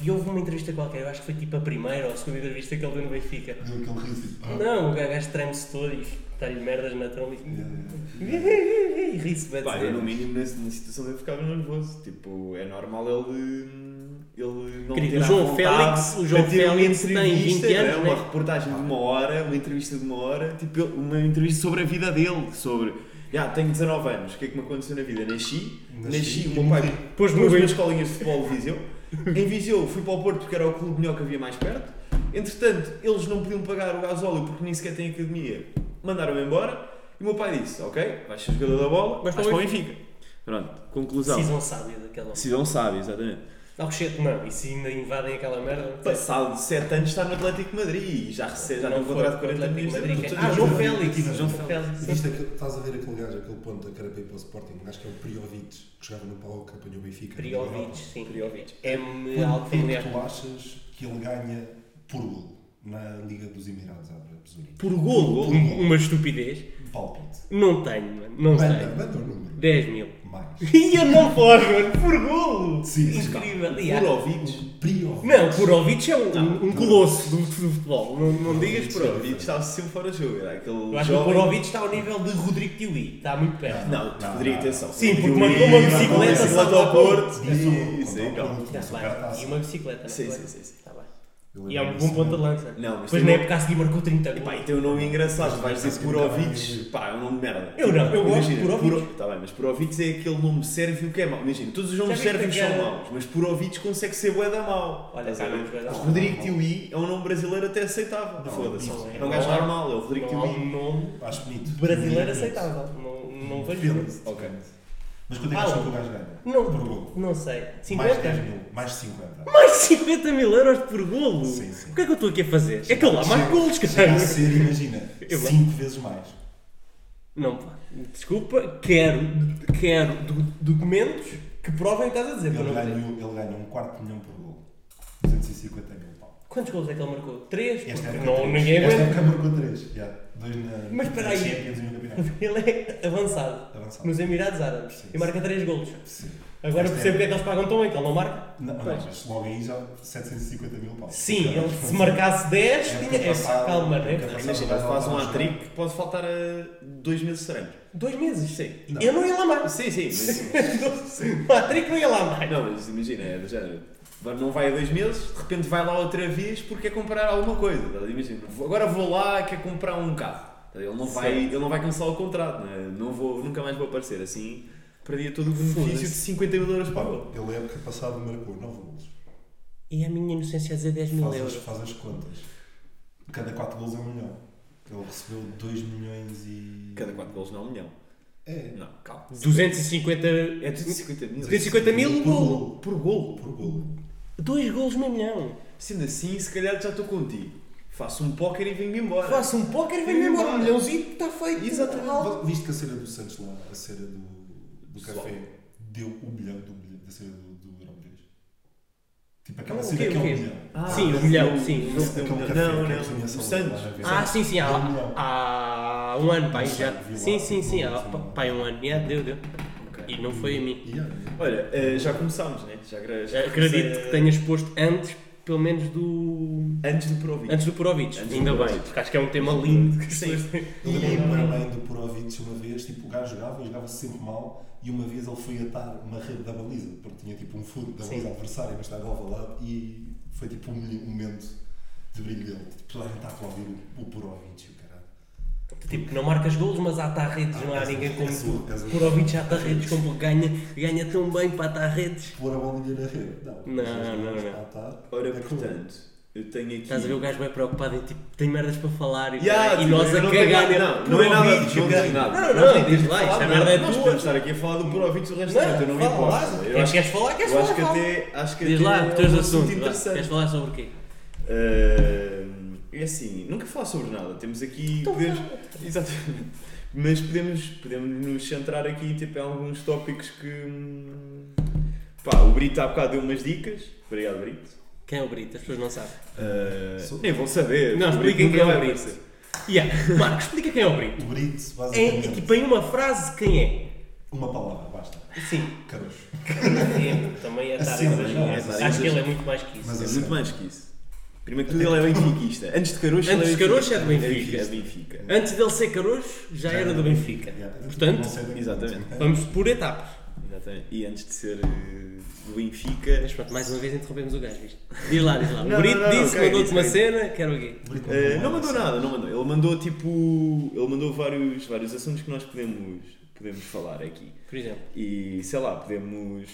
E houve uma entrevista qualquer, eu acho que foi tipo a primeira ou a segunda entrevista que ele deu no Benfica. Deu aquele riso tipo. ah. Não, o gajo treme-se todo e dá-lhe merdas na tromba Yeah, e. yeah. E ri-se, bem Pá, eu no mínimo nesse- nessa situação eu ficava nervoso. Tipo, é normal ele. ele não Querido, ter o a João vontade Félix- o para João ter uma Félix tem entrevista, 20 anos, não é? né? Uma reportagem de uma hora, uma entrevista de uma hora, tipo, ele- uma entrevista sobre a vida dele. Sobre. Já, tenho 19 anos, o que é que me aconteceu na vida? Nasci, Nasci nasci, e o meu pai morri. Pôs-me pôs-me no nas Benfica. escolinhas de futebol de Viseu. Em Viseu fui para o Porto porque era o clube melhor que havia mais perto. Entretanto, eles não podiam pagar o gasóleo porque nem sequer têm academia. Mandaram-me embora e o meu pai disse: Ok, vais ser jogador da bola, Mas mas para vais o para o Benfica. Pronto, conclusão. Decisão sábia daquela. Decisão sábia, exatamente. Alcochete não, e se ainda invadem aquela merda. Passado 7 anos está no Atlético de Madrid e já recebe, já não foi contrato de para o 40 milhões de Atlético euros. de Madrid. euros. Ah, João João Félix. Félix. João Félix. Viste aquele- é Estás a ver aquele gajo, aquele ponto da cara para ir para o Sporting, um gajo que é o Priovic, que jogava no Paulo, que apanhou o Benfica. Priovic, sim. Priovic. M. Quanto tempo Altener. tu achas que ele ganha por gol na Liga dos Emirados Árabes Unidos? Por golo, um- uma estupidez. Palpite. Não tenho, mano. Não Manda, sei. manda o número. 10 mil. Mais. E eu não posso, mano. Por golo. Sim, sim. Incrível. E há- Purovic. Priovic. Não, Kurovic é um, um colosso do, do futebol. Não, não digas Kurovic. Purovic estava sempre fora de jogo. Era aquele Eu acho que o jovem- Kurovic está ao nível de Rodrigo Tiwi. Está muito perto. Não, Não, poderia não, ter não. só. Sim, porque Poderia mandou uma ir, bicicleta, mandou uma salta bicicleta ao ao Porto. É só um- Isso aí, contra o calma. Porto, Tá mas o bem. cara está E assim. uma bicicleta, não Sim, é? sim, sim, sim. Tá bem. Eu E é um lembro-me bom disso, ponta de lança. Não, mas Depois tem na um- época a seguir marcou 30 E gols. pá, e tem um nome engraçado, vais dizer Purovic, pá, é um nome de merda. Eu não, eu gosto de Purovic. Está bem, mas Purovic é aquele nome sérvio que é mau. Imagina, todos os nomes Já viste sérvios são aquela- maus, mas Purovic consegue ser bué da mau. Olha, Estás cá, a ver? mas bué da mau. Rodrigo Tiwi é um nome brasileiro até aceitável. Não, Foda-se. não é. É um gajo normal, é o Rodrigo Não há Tiwi. um nome Acho bonito. brasileiro Bonito. aceitável. Não, não vejo. Feliz. Ok. Mas quanto é que Ah, acham o- que o gajo ganha? Por Não, gol. não sei. Mais 10 50? mil. Mais 50. Mais 50 mil euros por golo? Sim, sim. O que é que eu estou aqui a fazer? É que ele lá mais Chega- golos, Chega a caralho. ser, imagina, Eu- 5 vezes mais. Não, pá. Desculpa, quero, quero do- documentos que provem o que estás a dizer. para Ele não é? ganha, dizer. ele ganha um quarto de milhão por gol. 250 mil é pau. Quantos golos é que ele marcou? 3? Esta época, Não, três. ninguém Esta aguenta. época marcou 3. Dois na, Mas espera aí. é- na Champions e um campeonato. Ele é avançado. Avançado. Nos Emirados Árabes. Sim, E marca 3 golos. Sim. Agora Esta percebo é- porque é que eles pagam tão bem, que ele não marca. Não, não, Pois. mas logo aí já 750 mil pau. Sim, Cara, ele se marcasse 10, É tinha. É pá, passado, calma, não é? nunca pá. passado. Imagina, faz um hat-trick, pode faltar a dois meses estranhos. Dois meses? Sim. Não. Eu não ia lá mais. Sim, sim, mas... Patrick não ia lá mais. Não, mas imagina, é do género. Vai- Não vai a dois meses, de repente vai lá outra vez porque quer comprar alguma coisa. tá? Imagina, vou- agora vou lá quer comprar um carro. Tá? Ele não vai, Sim. ele não vai cancelar o contrato, né? não vou, nunca mais vou aparecer. Assim perdia todo o Foda-se. benefício de 50 mil euros para gol. Ele a época passada marcou 9 golos. E a minha inocência a dizer 10 mil Faz as, euros. faz as contas. Cada 4 golos é um milhão. Ele recebeu 2 milhões e. Cada 4 gols não é um milhão. É. Não, calma. 250. É 250 mil. 250 mil Por golo. golo. Por golo. Por golo. Dois golos meio milhão. Sendo assim, se calhar já estou contigo. Faço um póquer e venho-me embora. Faço um póquer e vem-me embora. Um milhãozinho está feito. Exatamente. Viste que a cena do Santos lá, a cena do, do Pessoal. café, deu um milhão do milhão da cena do, do Euro 3? Tipo aquela O cena quê, que é o um quê? milhão. Ah, Sim, um mas milhão, não- sim. não se deu Aquele um milhão. café Não, que é a não, do premiação Santos. lá na vez. Ah, sim, sim, há, Um milhão. há um ano, pai, já. Viu lá, Sim, sim, sim, viu há, lá. pá, há um ano. Yeah, deu, deu. Ok. E não foi a mim. Yeah. Olha, eh, já começámos, né? Já, gra- já Eh, é Acredito que tenhas posto antes, pelo menos do. Antes do Provinho. Antes do Purovic. Antes do Ainda bem, Purovic. porque acho que é um tema lindo. que as Sim. pessoas têm. Eu lembro do Barman do Purovic uma vez, tipo, o gajo jogava e jogava sempre mal e uma vez ele foi atar uma rede da baliza, porque tinha tipo um furo da baliza Sim. adversária, mas estava ao lado e foi tipo um mil- um momento de brilho dele. Tipo, toda a gente está a aplaudir o, o Purovic e o caralho. Tipo, não marcas golos, mas há tá redes, Ah, não há és um- ninguém como és um- tu. és um- Por ouvir já tá redes, como um ganha, ganha tão bem para redes. Pôr a bolinha na rede. né? Não, Não, Os dois não, golos não. para atar. Ora, É como- portanto, eu tenho aqui. Estás a ver o gajo bem preocupado em tipo, tem merdas para falar e, Ya, e tipo, nós eu a não cagar tenho- nele. Não, Por não é nada ouvir, disso, não cara. diz nada. Não, não, nem diz de lá, falar isto é nada. merda é Nós tua. podemos estar aqui a falar do Provinho o resto do restaurante, eu não me fala lá. importo. Eu Queres, acho queres falar? Queres eu falar? acho que fala. até. Acho que Diz até lá, é os teus um assuntos. vá. interessante. Queres falar sobre o quê? Ahm, é assim, nunca falar sobre nada. Temos aqui. Então podemos- Exatamente. Mas podemos, podemos nos centrar aqui tipo, em alguns tópicos que. hum, Pá, o Brito há bocado deu umas dicas. Obrigado, Brito. Quem é o Brito? As pessoas não sabem. Eh, Ah, Sou- nem vão saber. Não, O Brito expliquem quem nunca é o vai Brito. aparecer. Yeah. Marcos, explica quem é o Brito. O Brito, É, basicamente. tipo, em uma frase, quem é? Uma palavra, basta. Sim, Caroxo. é, também é estar Assim, a não, exagerar. mas Acho isso- que ele é muito mais que isso. Mas É eu muito sei. mais que isso. Primeiro que tudo, ele é benfiquista. Antes de Caroxo, Antes ele de é Caroxo é de É benfiquista. Benfica. Antes dele ser Carojo, já era do Benfica. Yeah. Portanto, Não sei daqui. exatamente. né? vamos por etapas. Exatamente. E antes de ser eh, do Benfica, Mas pronto, mais uma vez interrompemos o gajo, viste? Diz lá, diz lá. Não, o Brito não, não, disse, ok, mandou-te disse, uma ok. cena, quero o quê? Brito Eh, não mandou nada. nada, não mandou. Ele mandou tipo. Ele mandou vários, vários assuntos que nós podemos, podemos falar aqui. Por exemplo. E sei lá, podemos.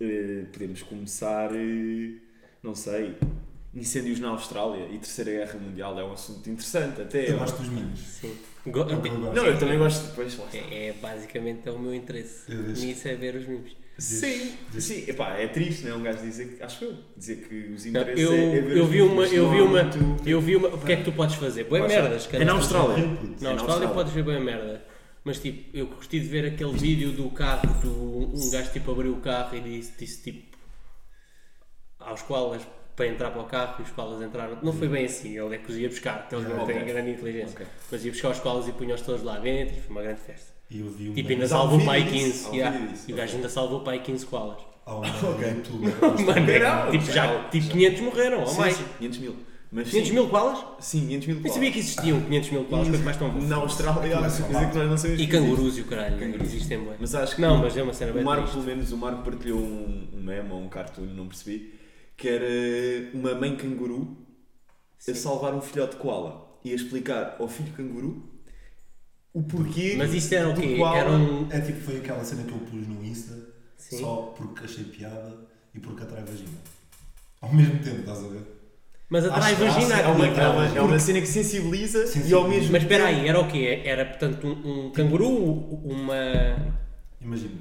eh, podemos começar. eh, não sei. Incêndios na Austrália e Terceira Guerra Mundial é um assunto interessante até. Eu gosto dos mimos. Sim. Go- É o que eu gosto. Não, eu também gosto depois lá. está. É, é basicamente é o meu interesse. Eu deixo- Nisso é ver os memes. Sim, diz- sim, epá, é triste, não é? Um gajo dizer que. Acho eu. Dizer que os interesses. Eu, é, é ver eu os vi uma, filmes, eu vi não há uma, muito- eu vi uma. O que é que tu podes fazer? Boa Pois merdas, É cara. na Austrália. Na Puto. É na Austrália Austrália. podes ver bem a merda. Mas tipo, eu curti de ver aquele vídeo do carro, do um gajo tipo abriu o carro e disse, disse tipo aos coalas para entrar para o carro e os coalas entraram. Não foi bem assim, ele é que os ia buscar, porque eles não Ok. têm grande inteligência. Ok. Mas ia buscar os coalas e punha-os todos lá dentro e foi uma grande festa. E eu vi uma... Tipo, ainda há um salvou vídeo para aí disso, 15. há um yeah. vídeo disso, E o gajo ainda salvou para aí 15 koalas. Há um youtuber. Mano, é, Não, tipo, já- já, tipo 500 morreram ou Sim, mais. sim, 500 mil. Mas 500 sim, mil koalas? Sim, 500 mil Eu sabia que existiam 500 mil koalas, quanto mais estão Na Austrália, há Começam coisa lá. que nós não sabemos. E que existe. cangurus e o caralho, né? existem bem. Mas acho que Não, mas é uma cena o bem Marco, triste. pelo menos, o Marco partilhou um, um meme ou um cartoon, não percebi, que era uma mãe canguru a salvar um filhote de koala e a explicar ao filho canguru o porquê Mas isto era o do quê? koala- Era um. É tipo, foi aquela cena que eu pus no Insta, Sim. só porque achei piada e porque atrai vagina. Ao mesmo tempo, estás a ver? Mas atrai Acho que há- vagina É uma, é uma- aqui. é uma cena que sensibiliza e Sensibiliza. ao mesmo então. Mas espera aí, era o quê? Era portanto um, um canguru, uma. Imagina,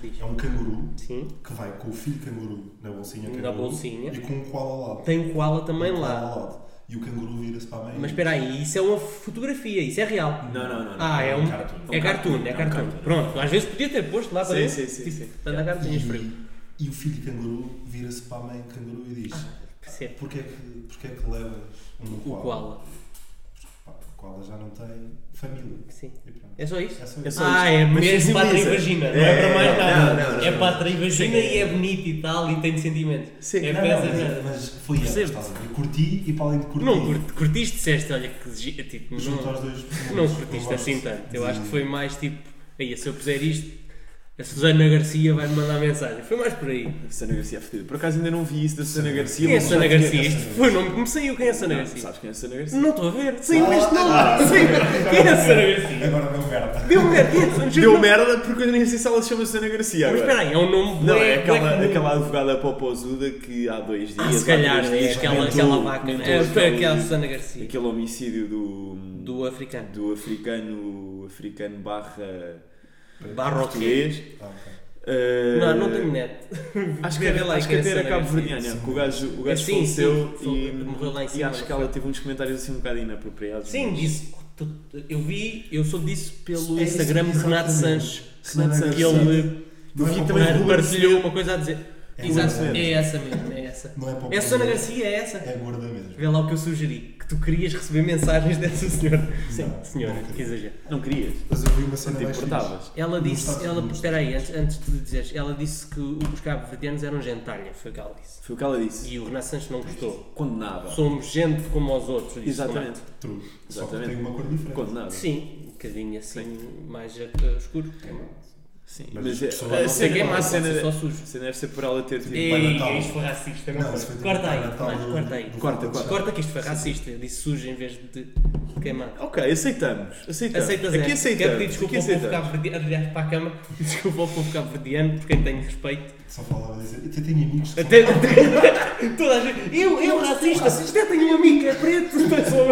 Diz. é um canguru Sim. que vai com o filho canguru na bolsinha Na canguru bolsinha. e com um koala ao lado. Tem um koala também Um koala lá. ao lado. E o canguru vira-se para a mãe. Mas espera aí, isso é uma fotografia, isso é real. Não, não, não. não. Ah, é um. É um cartoon. É cartoon, é É um cartoon. cartoon. Pronto, às vezes podia ter posto lá para Sim, dentro. sim, sim, tipo, sim. Tanta cara tinhas frio. e, e o filho canguru vira-se para a mãe canguru e diz: Percebe? Porquê é que, porquê é que levas um Ah, O koala. Pá, o koala já não tem família. Sim. E pronto. É só isso? É só É isso. só ah, isto. é Mas mesmo para atrair sensibiliza. vagina, não É, é para mais não, nada. não, não, é não. para atrair vagina e é bonito e tal e tem sentimentos. Sim. é Não, para não, essas mas, merdas. mas foi antes, Percebo-te. estás a ver? Curti e para além de curtir, Não curti- curtiste, disseste, olha que gi- tipo, junto não, aos dois. não mundos. Eu curtiste gosto assim tanto. Eu de- acho que foi mais tipo, aí se eu puser isto, a Susana Garcia vai-me mandar mensagem. Foi mais por aí. Susana Garcia é fodida. Por acaso ainda não vi isso da Susana Garcia. Quem é mas já Susana tinha- Garcia? Isto Garcia. foi o nome que me saiu. Quem é Susana Não, Garcia? Sabes quem é a Susana Garcia? Não estou a ver. Saiu-me este nome. Saiu-me. Quem é Susana Garcia? Agora deu merda. Deu merda. quem é Susana Garcia? Deu merda porque eu nem sei se ela se chama Susana Garcia Mas agora. espera aí, é um nome Não, bué- é aquela, bué comum. aquela advogada popozuda que há dois dias. Ah, se há calhar, três é dias, aquela, comentou- aquela vaca. comentou É, foi aquele- aquela Susana Garcia. Aquele homicídio do. Do africano. do africano. africano barra. Barroquê. português. Ah, ok. Eh, Não, não tenho net. Acho que, Vê lá acho que quem é até era Susana Cabo Garcia. Verdeana, que né? o gajo, o gajo Sim, faleceu sim, e, morreu lá em e cima, acho não que ela teve uns comentários assim um bocado inapropriados. Sim, disse. Eu vi, eu soube disso pelo É isso, Instagram de Renato exatamente. Sanches. Susana Renato Sanches, Que Garcia. ele Não é vi para também o Ruben Ruben. partilhou uma coisa a dizer. É Exato, Susana. é essa mesmo, é essa. Não é para o É a Susana Ruben. Garcia, é essa. É gorda mesmo. Vê lá o que eu sugeri, que tu querias receber mensagens dessa senhora. Sim, Não, senhora, não queria. que exagero. Não querias? Mas eu vi uma cena Não te mais fixe. importavas? Ela Não disse, gostaste ela, muito. espera aí, antes, antes de dizeres, ela disse que os cabo-verdianos eram um gentalha, foi o que ela disse. Foi o que ela disse. E o Renato Sanches não gostou. Condenava. Somos gente como os outros, disse Exatamente. True. Só que Exatamente. tem uma cor diferente. Condenava. Renato. Sim, um bocadinho assim, mais uh, escuro. Sim, Mas mas, as é- pessoas a, Sei não cena, que é a, massa, cena, só a sujo. cena deve ser por ela ter tipo, tido. Pai Ei, Natal. isto foi racista, não, Não, isso foi? foi tipo Corta aí, Pai Natal mas do- corta aí. do- Corta, corta. Corta que isto foi racista, eu disse sujo em vez de queimar. Ok, aceitamos. Aceitamos. Aceitas Aqui é. aceitamos. Quero pedir Aqui desculpa ao povo aceitamos. cabo-verdiano, aliás, para a cama, desculpa ao povo cabo-verdiano, por quem tenho respeito. Só falava a dizer. Até tenho amigos que Até, até- toda a gente, eu, eu racista, até tenho um amigo que é preto, mas sou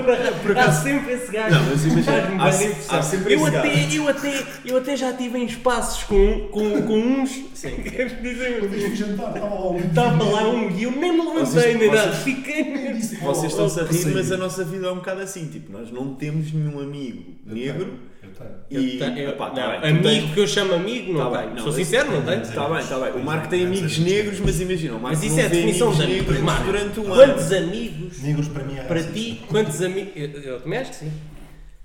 há sempre esse gajo. Não, mas imagina, Faz-me há bem se- impressão. há sempre eu esse até, gajo. Eu até, eu até já estive em espaços com, com, com uns, que dizem, Eu fui jantar, estava lá um. Tá. estava lá um e eu nem me levantei Vocês- nem nada, vocês- fiquei mesmo. Vocês estão-se a rir, Sim. mas a nossa vida é um bocado assim. Tipo, nós não temos nenhum amigo negro Eu tenho. e. Eu te- eu- Epá, tá não, bem, tu amigo tens- que eu chamo amigo, não é Tá bem, tenho. não, Sou isso- sincero, não tenho. Está bem, tá está bem. O Marco tem amigos negros, mas imagina, o Marco Mas isso não é a vê definição amigos de amigos. negros Marco. durante um ano. Quantos amigos Negros para mim é Para racista. ti, quantos amigos. Eu, eu também acho que sim.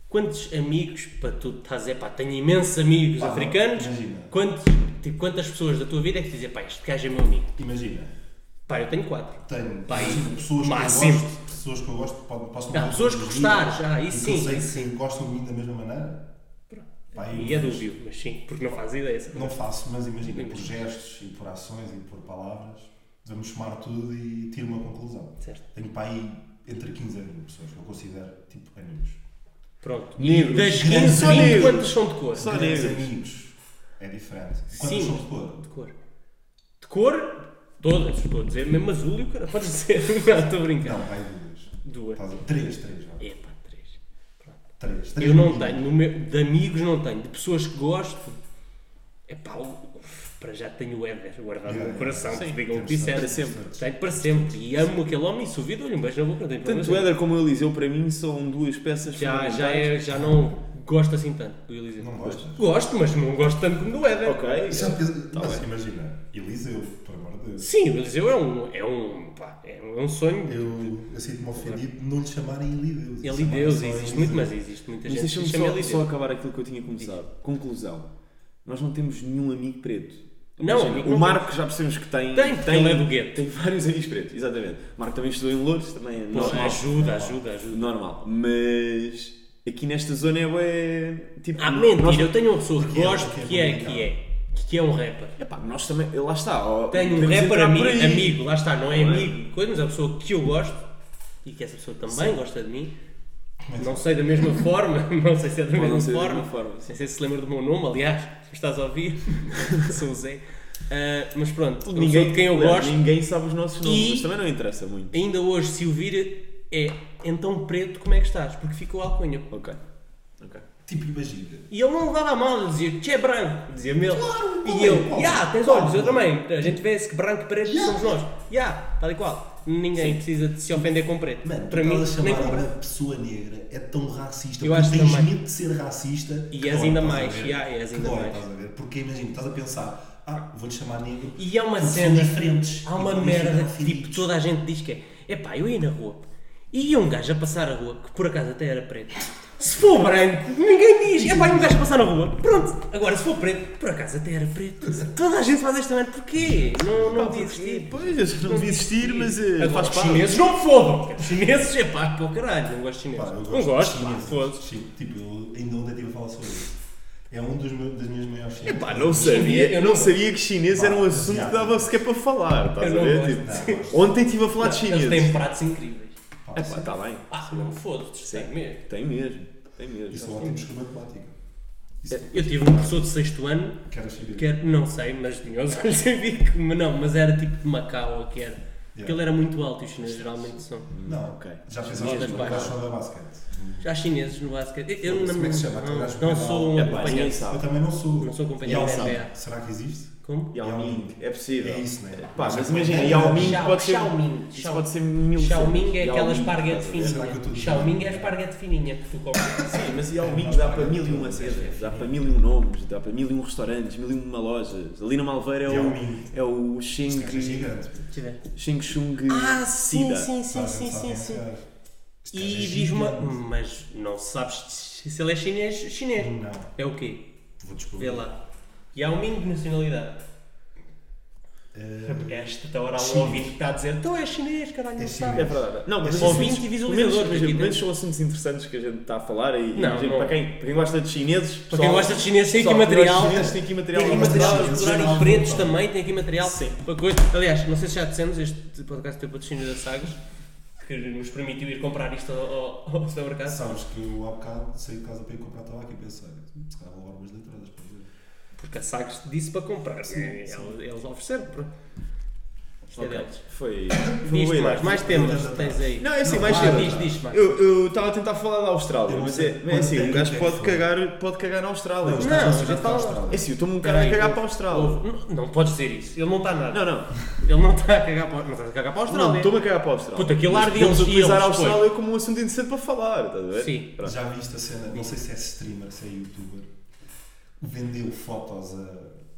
Quantos amigos, para tu estás a dizer, pá, tenho imensos amigos Pá, africanos, imagina. quantos, tipo, quantas pessoas da tua vida é que dizem, pá, este gajo é meu amigo? Imagina, Pá, eu tenho quatro. tenho Pá, cinco pessoas máximo. que eu gosto, pessoas que eu gosto, pode- posso Há pessoas que gostares, ah, isso e que eu sim, sei isso que gostam de mim da mesma maneira. Pá, eu- E é dúbio, mas sim, porque não faz ideia. sabe? Não faço, mas imagina, por gestos e por ações e por palavras, devemos somar tudo e tiro uma conclusão. Certo. Tenho para aí entre 15 a 20 pessoas que eu considero tipo amigos. Pronto. Negros. das Grandes 15, amigos. amigos. quantas são de cor? Só Grandes negros. amigos é diferente. Quantos Sim. são de cor? De cor. De cor? Todas, estou a dizer, mesmo azul e o cara pode dizer. Não, estou a brincar. Não, vai duas. Duas. Estás a- Três, três, vá. Epá, três. Três, três. Eu não amigos. tenho, no meu- de amigos não tenho, de pessoas que gosto, epá, o- para já tenho o Éder guardado no Yeah, coração, sim. que digam o que Temos disseram. tantos, sempre. tantos. Tenho para sempre e amo aquele homem e se o vida, olho um beijo na boca, não tenho problema Tanto o nenhum. Éder como o Eliseu, para mim, são duas peças já, já, fundamentais. é- já não gosto assim tanto do Eliseu. Não gostas? Gosto, mas não gosto tanto como do Éder. Ok. Já pensa- Tá é um mas bem. imagina, Eliseu, por amor de Deus. Sim, o Eliseu é um, é um, pá, é um é um sonho. Eu, eu sinto-me ofendido de não lhe chamarem Elideus. Ele e Deus, existe muito, mas existe muita Mas gente que deixa-me chama ele só, e só Deus. acabar aquilo que eu tinha começado. Conclusão. Nós não temos nenhum amigo preto. Não, amigo não o Marco já percebemos que tem. Tem, porque ele é do gueto. Tem vários amigos pretos, exatamente. O Marco também estudou em Lourdes, também é Pô, normal. ajuda, ajuda, ajuda. Normal. Mas aqui nesta zona é. bué, tipo, Ah, mentira, nós- eu tenho uma pessoa que Que é, gosto que é que é, complicado. que é, que é um rapper. Epá, nós também. Lá está. ó, Tenho um podemos rapper entrar por amigo, aí. amigo, lá está, não é Não é? amigo, coisa, mas é uma pessoa que eu gosto e que essa pessoa também gosta de mim. Não sei da mesma forma, não sei se é da Pode não mesma ser da forma, mesma forma, sim. não sei se se lembra do meu nome, aliás, se me estás a ouvir, sou o Zé. Ah, mas pronto, uma pessoa de quem eu Aliás, gosto, Ninguém sabe os nossos nomes, E- mas também não interessa muito. ainda hoje se o vir é então preto, como é que estás? Porque ficou alcunha. Ok. Ok. Tipo, imagina. E ele não levava a mal, ele dizia, tchê branco, dizia meu. Claro, e claro, eu, já, claro. tens Claro. olhos, eu também. A gente vê-se que branco e preto Ya. somos nós. Já, tal e qual. Ninguém precisa de se ofender com preto. Mano, Para mim, estás a nem chamar com uma branco. pessoa negra é tão racista. Eu porque acho tens também. medo de ser racista. E que és dói, ainda estás a mais, ver? já, és Que ainda dói, mais. Estás a ver? Porque imagina, estás a pensar, ah, vou-lhe chamar negro. E há uma porque são cena, diferentes. há e uma podem merda ficar que ofendidos. tipo, toda a gente diz que é, epá, eu ia na rua e ia um gajo a passar a rua, que por acaso até era preto. Se for branco, ninguém diz, epá, ia um gajo a passar na rua. Pronto, agora se for preto, por acaso até era preto. Toda a gente faz este também, porquê? Não, tipo. não devia existir. Pois, não devia existir, mas eh, Agora, faz os parte. chineses não me fodam. Os chineses é pá, pô, caralho, não gosto de Pá, chineses. não eu gosto gosto, de pá, chineses. foda-se. Sim, Tipo, eu ainda ontem estive a falar sobre isso. É um dos meus, das minhas maiores cenas. Epá, não sabia, eu não sabia que chinês era um assunto que dava sequer para falar, estás Eu a não ver? gosto, Tipo, não gosto. ontem estive a falar de Eles têm chinês. pratos incríveis. Pá, Epá, está bem. Ah, não me foda-se, tem mesmo. Tem mesmo, tem Isso é mesmo. ótimo de matemática. Isso é. Eu tive um professor de sexto ano que era saber. que era, não sei, mas tinha os olhos em bico, mas não, mas era tipo de Macau ou que era. Porque Yeah. ele era muito alto e os chineses geralmente são. Não, Ok. já Nós pensaste das que baixas. só da basquete. Já há chineses no basquete. Eu, eu Foda-se, não, como é que se chama? não, Gajo não pedal. sou um É pá, ninguém acompanhante. Eu sabe. também não sou. Não sou um companheiro Yao da Ming. NBA. Será que existe? Como? Yao Ming, é possível. É isso, né? Pá, mas Mas imagina, é- Yao Ming Xiao- pode ser. um- Xiao Ming. Isso Xiao- pode ser mil Xiao coisas. Ming é Yao aquela Ming, tá esparguete estás a ver? Será um que eu estou fininha. a dizer? Xiao Ming é a esparguete fininha que tu comes. Sim, mas Yao Ming dá para mil e uma cenas, dá para mil e um nomes, dá para mil e um restaurantes, mil e uma lojas. Ali na Malveira é Yao o, Ming. é o Este gajo é Xing, gigante. Tiver. Xing Chung Ah, sim, Sida. sim, sim, Sabe, sim, sabe quem sim, é sim. este gajo? Este gajo é E diz uma. gigante. Mas não sabes se ele é chinês? Chinês. Não, É o quê? vou Vê descobrir. lá. E há um mínimo de nacionalidade. Eh, Esta da hora Chinês. o ouvinte que está a dizer, então é chinês, caralho, não É sabe. chinês. É verdade. Não, É mas ouvinte assuntos- e visualizador pelo menos- aqui, Pelo menos né? são assuntos interessantes que a gente está a falar e, Não, e, gente, não. Para, quem, para quem gosta de chineses. Para quem gosta de chineses, tem aqui é material. Chineses, tem aqui material. Tem aqui Mas material deixa- para explorar deixa- e pretos também, tem aqui material para coisa. Aliás, não sei se já dissemos, este podcast tem o patrocínio da Sagres, que nos permitiu ir comprar isto ao, ao, ao supermercado. Sabes que eu há bocado saí de casa para ir comprar tabaco e pensei, né? se calhar vou levar umas letradas para ver. Porque a Sagres disse para comprar. né? Eles ofereceram. pronto. Isto é Ok, deles. Foi. foi Diz-te boa mais, ideia. mais temas que tens aí. Não, é assim, Não, mais ah, cedo. Diz, diz, Marcos. Eu eu estava a tentar falar da Austrália, Eu não mas sei é, mas é quanto assim, tempo o é gajo que pode foi. cagar, pode cagar na Austrália. Não, Estás já relacionado com a fala- Austrália. É assim, eu estou-me um cara Peraí, a cagar eu- para a Austrália. Ouve, Não, não podes dizer isso. Ele não está nada. Não, não. Ele não está a cagar para, não está a cagar para a Não, Austrália. estou-me a cagar para a Austrália. Puta, aquele Mas ar de podemos eles- utilizar eles, a Austrália como um assunto interessante para falar, estás a ver? Sim. Pronto. Já viste a cena, não sei se é streamer, se é youtuber, vendeu fotos a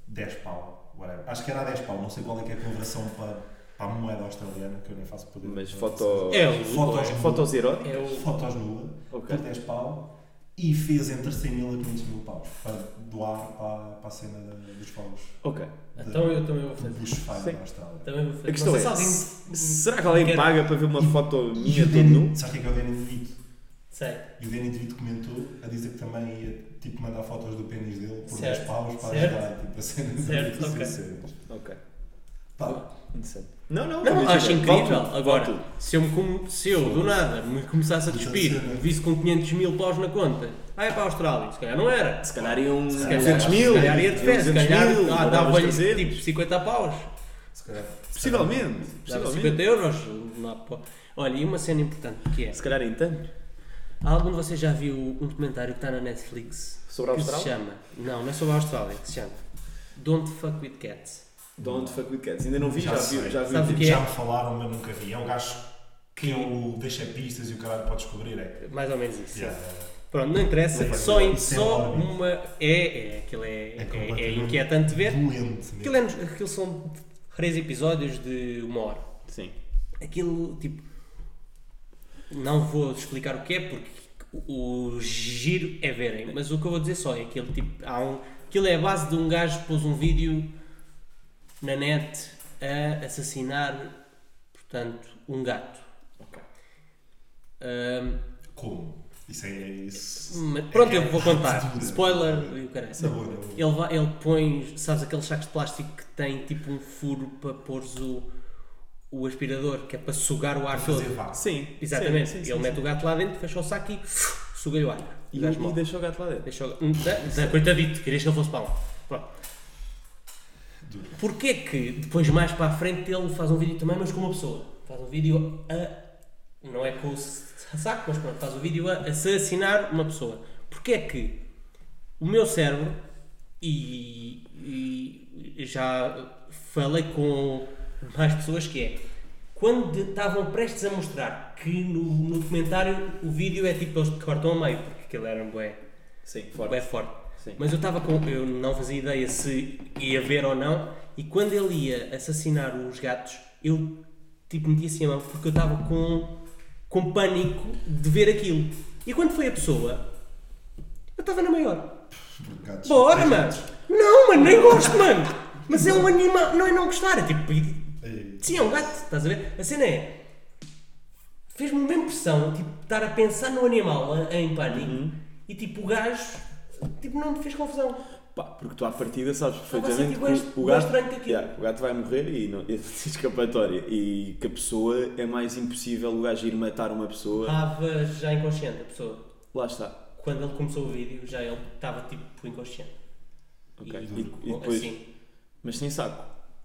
10 pau, whatever. Acho que era a 10 pau, não sei qual é que é a conversão para, para a moeda australiana, que eu nem faço poder. Mas foto. É o Fotos, é nu- Fotos eróticas? o- fotos nua, Ok. por 10 pau, e fez entre 100 mil e 500 mil paus para doar para, para a cena da- dos fogos Ok. Então eu também vou de fazer. bushfire Sim. na Austrália. Também vou fazer. A questão Não é, sei se alguém- se- será que alguém Quero- paga para ver uma foto E minha o todo nu? Danny, sabes o que é que é o Danny DeVito? Sei. E o Danny DeVito comentou a dizer que também ia tipo, mandar fotos do pênis dele por Certo. 10 paus para Certo. ajudar tipo, a cena Certo, das ok. cenas. Ok. Pá, Interessante. Não, não, Não, imagina, acho incrível. vale tudo, Agora, vale tudo. se eu, me com- se eu, do nada me começasse a Então, despir, é? sim, né? visse com 500 mil paus na conta, ah, é para a Austrália. Se calhar não era. Se calhar iam Se calhar- 200 mil. Se calhar ia de fé, se 200 calhar mil, ah, mandavas dava-lhe 300. tipo 50 paus. se calhar. Possivelmente. Dava Possivelmente. 50 euros. lá, pá. Olha, e uma cena importante que é: Se calhar em tanto. algum de vocês já viu um documentário que está na Netflix Sobre a que se Austrália? chama, não, não é sobre a Austrália, que se chama Don't Fuck with Cats. Don't fuck with cats. Ainda não vi, já, Já vi. sei. Já vi Sabes o vídeo. que é? tipo, Já me falaram, mas nunca vi. É um gajo que é o deixa pistas e o caralho pode descobrir. É. Mais ou menos isso. Yeah. Pronto, não interessa, Não faz só, em, nada. Isso é só óbvio. uma. É, é, aquilo é, É é, é completamente inquietante ver. Doente Aquilo, mesmo. é, nos- aquilo são três episódios de uma hora. Sim. Aquilo, tipo. Não vou explicar o que é, porque o giro é verem, mas o que eu vou dizer só é aquele tipo. Há um, aquilo é a base de um gajo que pôs um vídeo na net a assassinar, portanto, um gato. Ok. Ahm, Como? Isso é isso. Mas pronto, é eu vou contar. dura. Spoiler e o caralho. Na boa, na boa. Ele, vai, ele põe, sabes, aqueles sacos de plástico que tem tipo um furo para pôr o, o aspirador, que é para sugar o ar todo. Fazer vácuo. Sim. Exatamente. sim, sim, ele sim, mete sim. o gato lá dentro, fecha o saco e suga-lhe o ar. O gajo E, e morre. deixou o gato lá dentro. Deixa o gato- Da- da- Coitadito, querias que ele fosse pão. Pronto. Duro. Porquê que depois mais para a frente ele faz um vídeo também, mas com uma pessoa? Faz um vídeo a. Não é com o saco, mas pronto, faz um vídeo a assassinar uma pessoa. Porquê que o meu cérebro e, e já falei com mais pessoas que é quando de- estavam prestes a mostrar que no, no documentário o vídeo é tipo eles cortam a meio porque aquilo era um bué Sim, é forte. forte. Sim. Mas eu estava com. Eu não fazia ideia se ia ver ou não. E quando ele ia assassinar os gatos, eu tipo meti assim a mão porque eu estava com, com pânico de ver aquilo. E quando foi a pessoa, eu estava na maior. Porque gatos- Bora, mano! Não, mano, nem gosto, mano! Mas é um animal. Não é não gostar, é tipo. Ei, Sim, é um gato, estás a ver? A cena é. Fez-me bem impressão, tipo, estar a pensar no animal a- em pânico Uhum. e, tipo, o gajo, tipo, não me fez confusão. Pá, porque tu à partida sabes vai ser perfeitamente tipo este- que o, o mais gato, estranho que aquilo. Yeah, o gato vai morrer e não e não tem escapatória. E que a pessoa é mais impossível o gajo ir matar uma pessoa. Estava já inconsciente a pessoa. Lá está. Quando ele começou o vídeo, já ele estava, tipo, inconsciente. Ok. E, E- e depois- assim. Mas sem saco.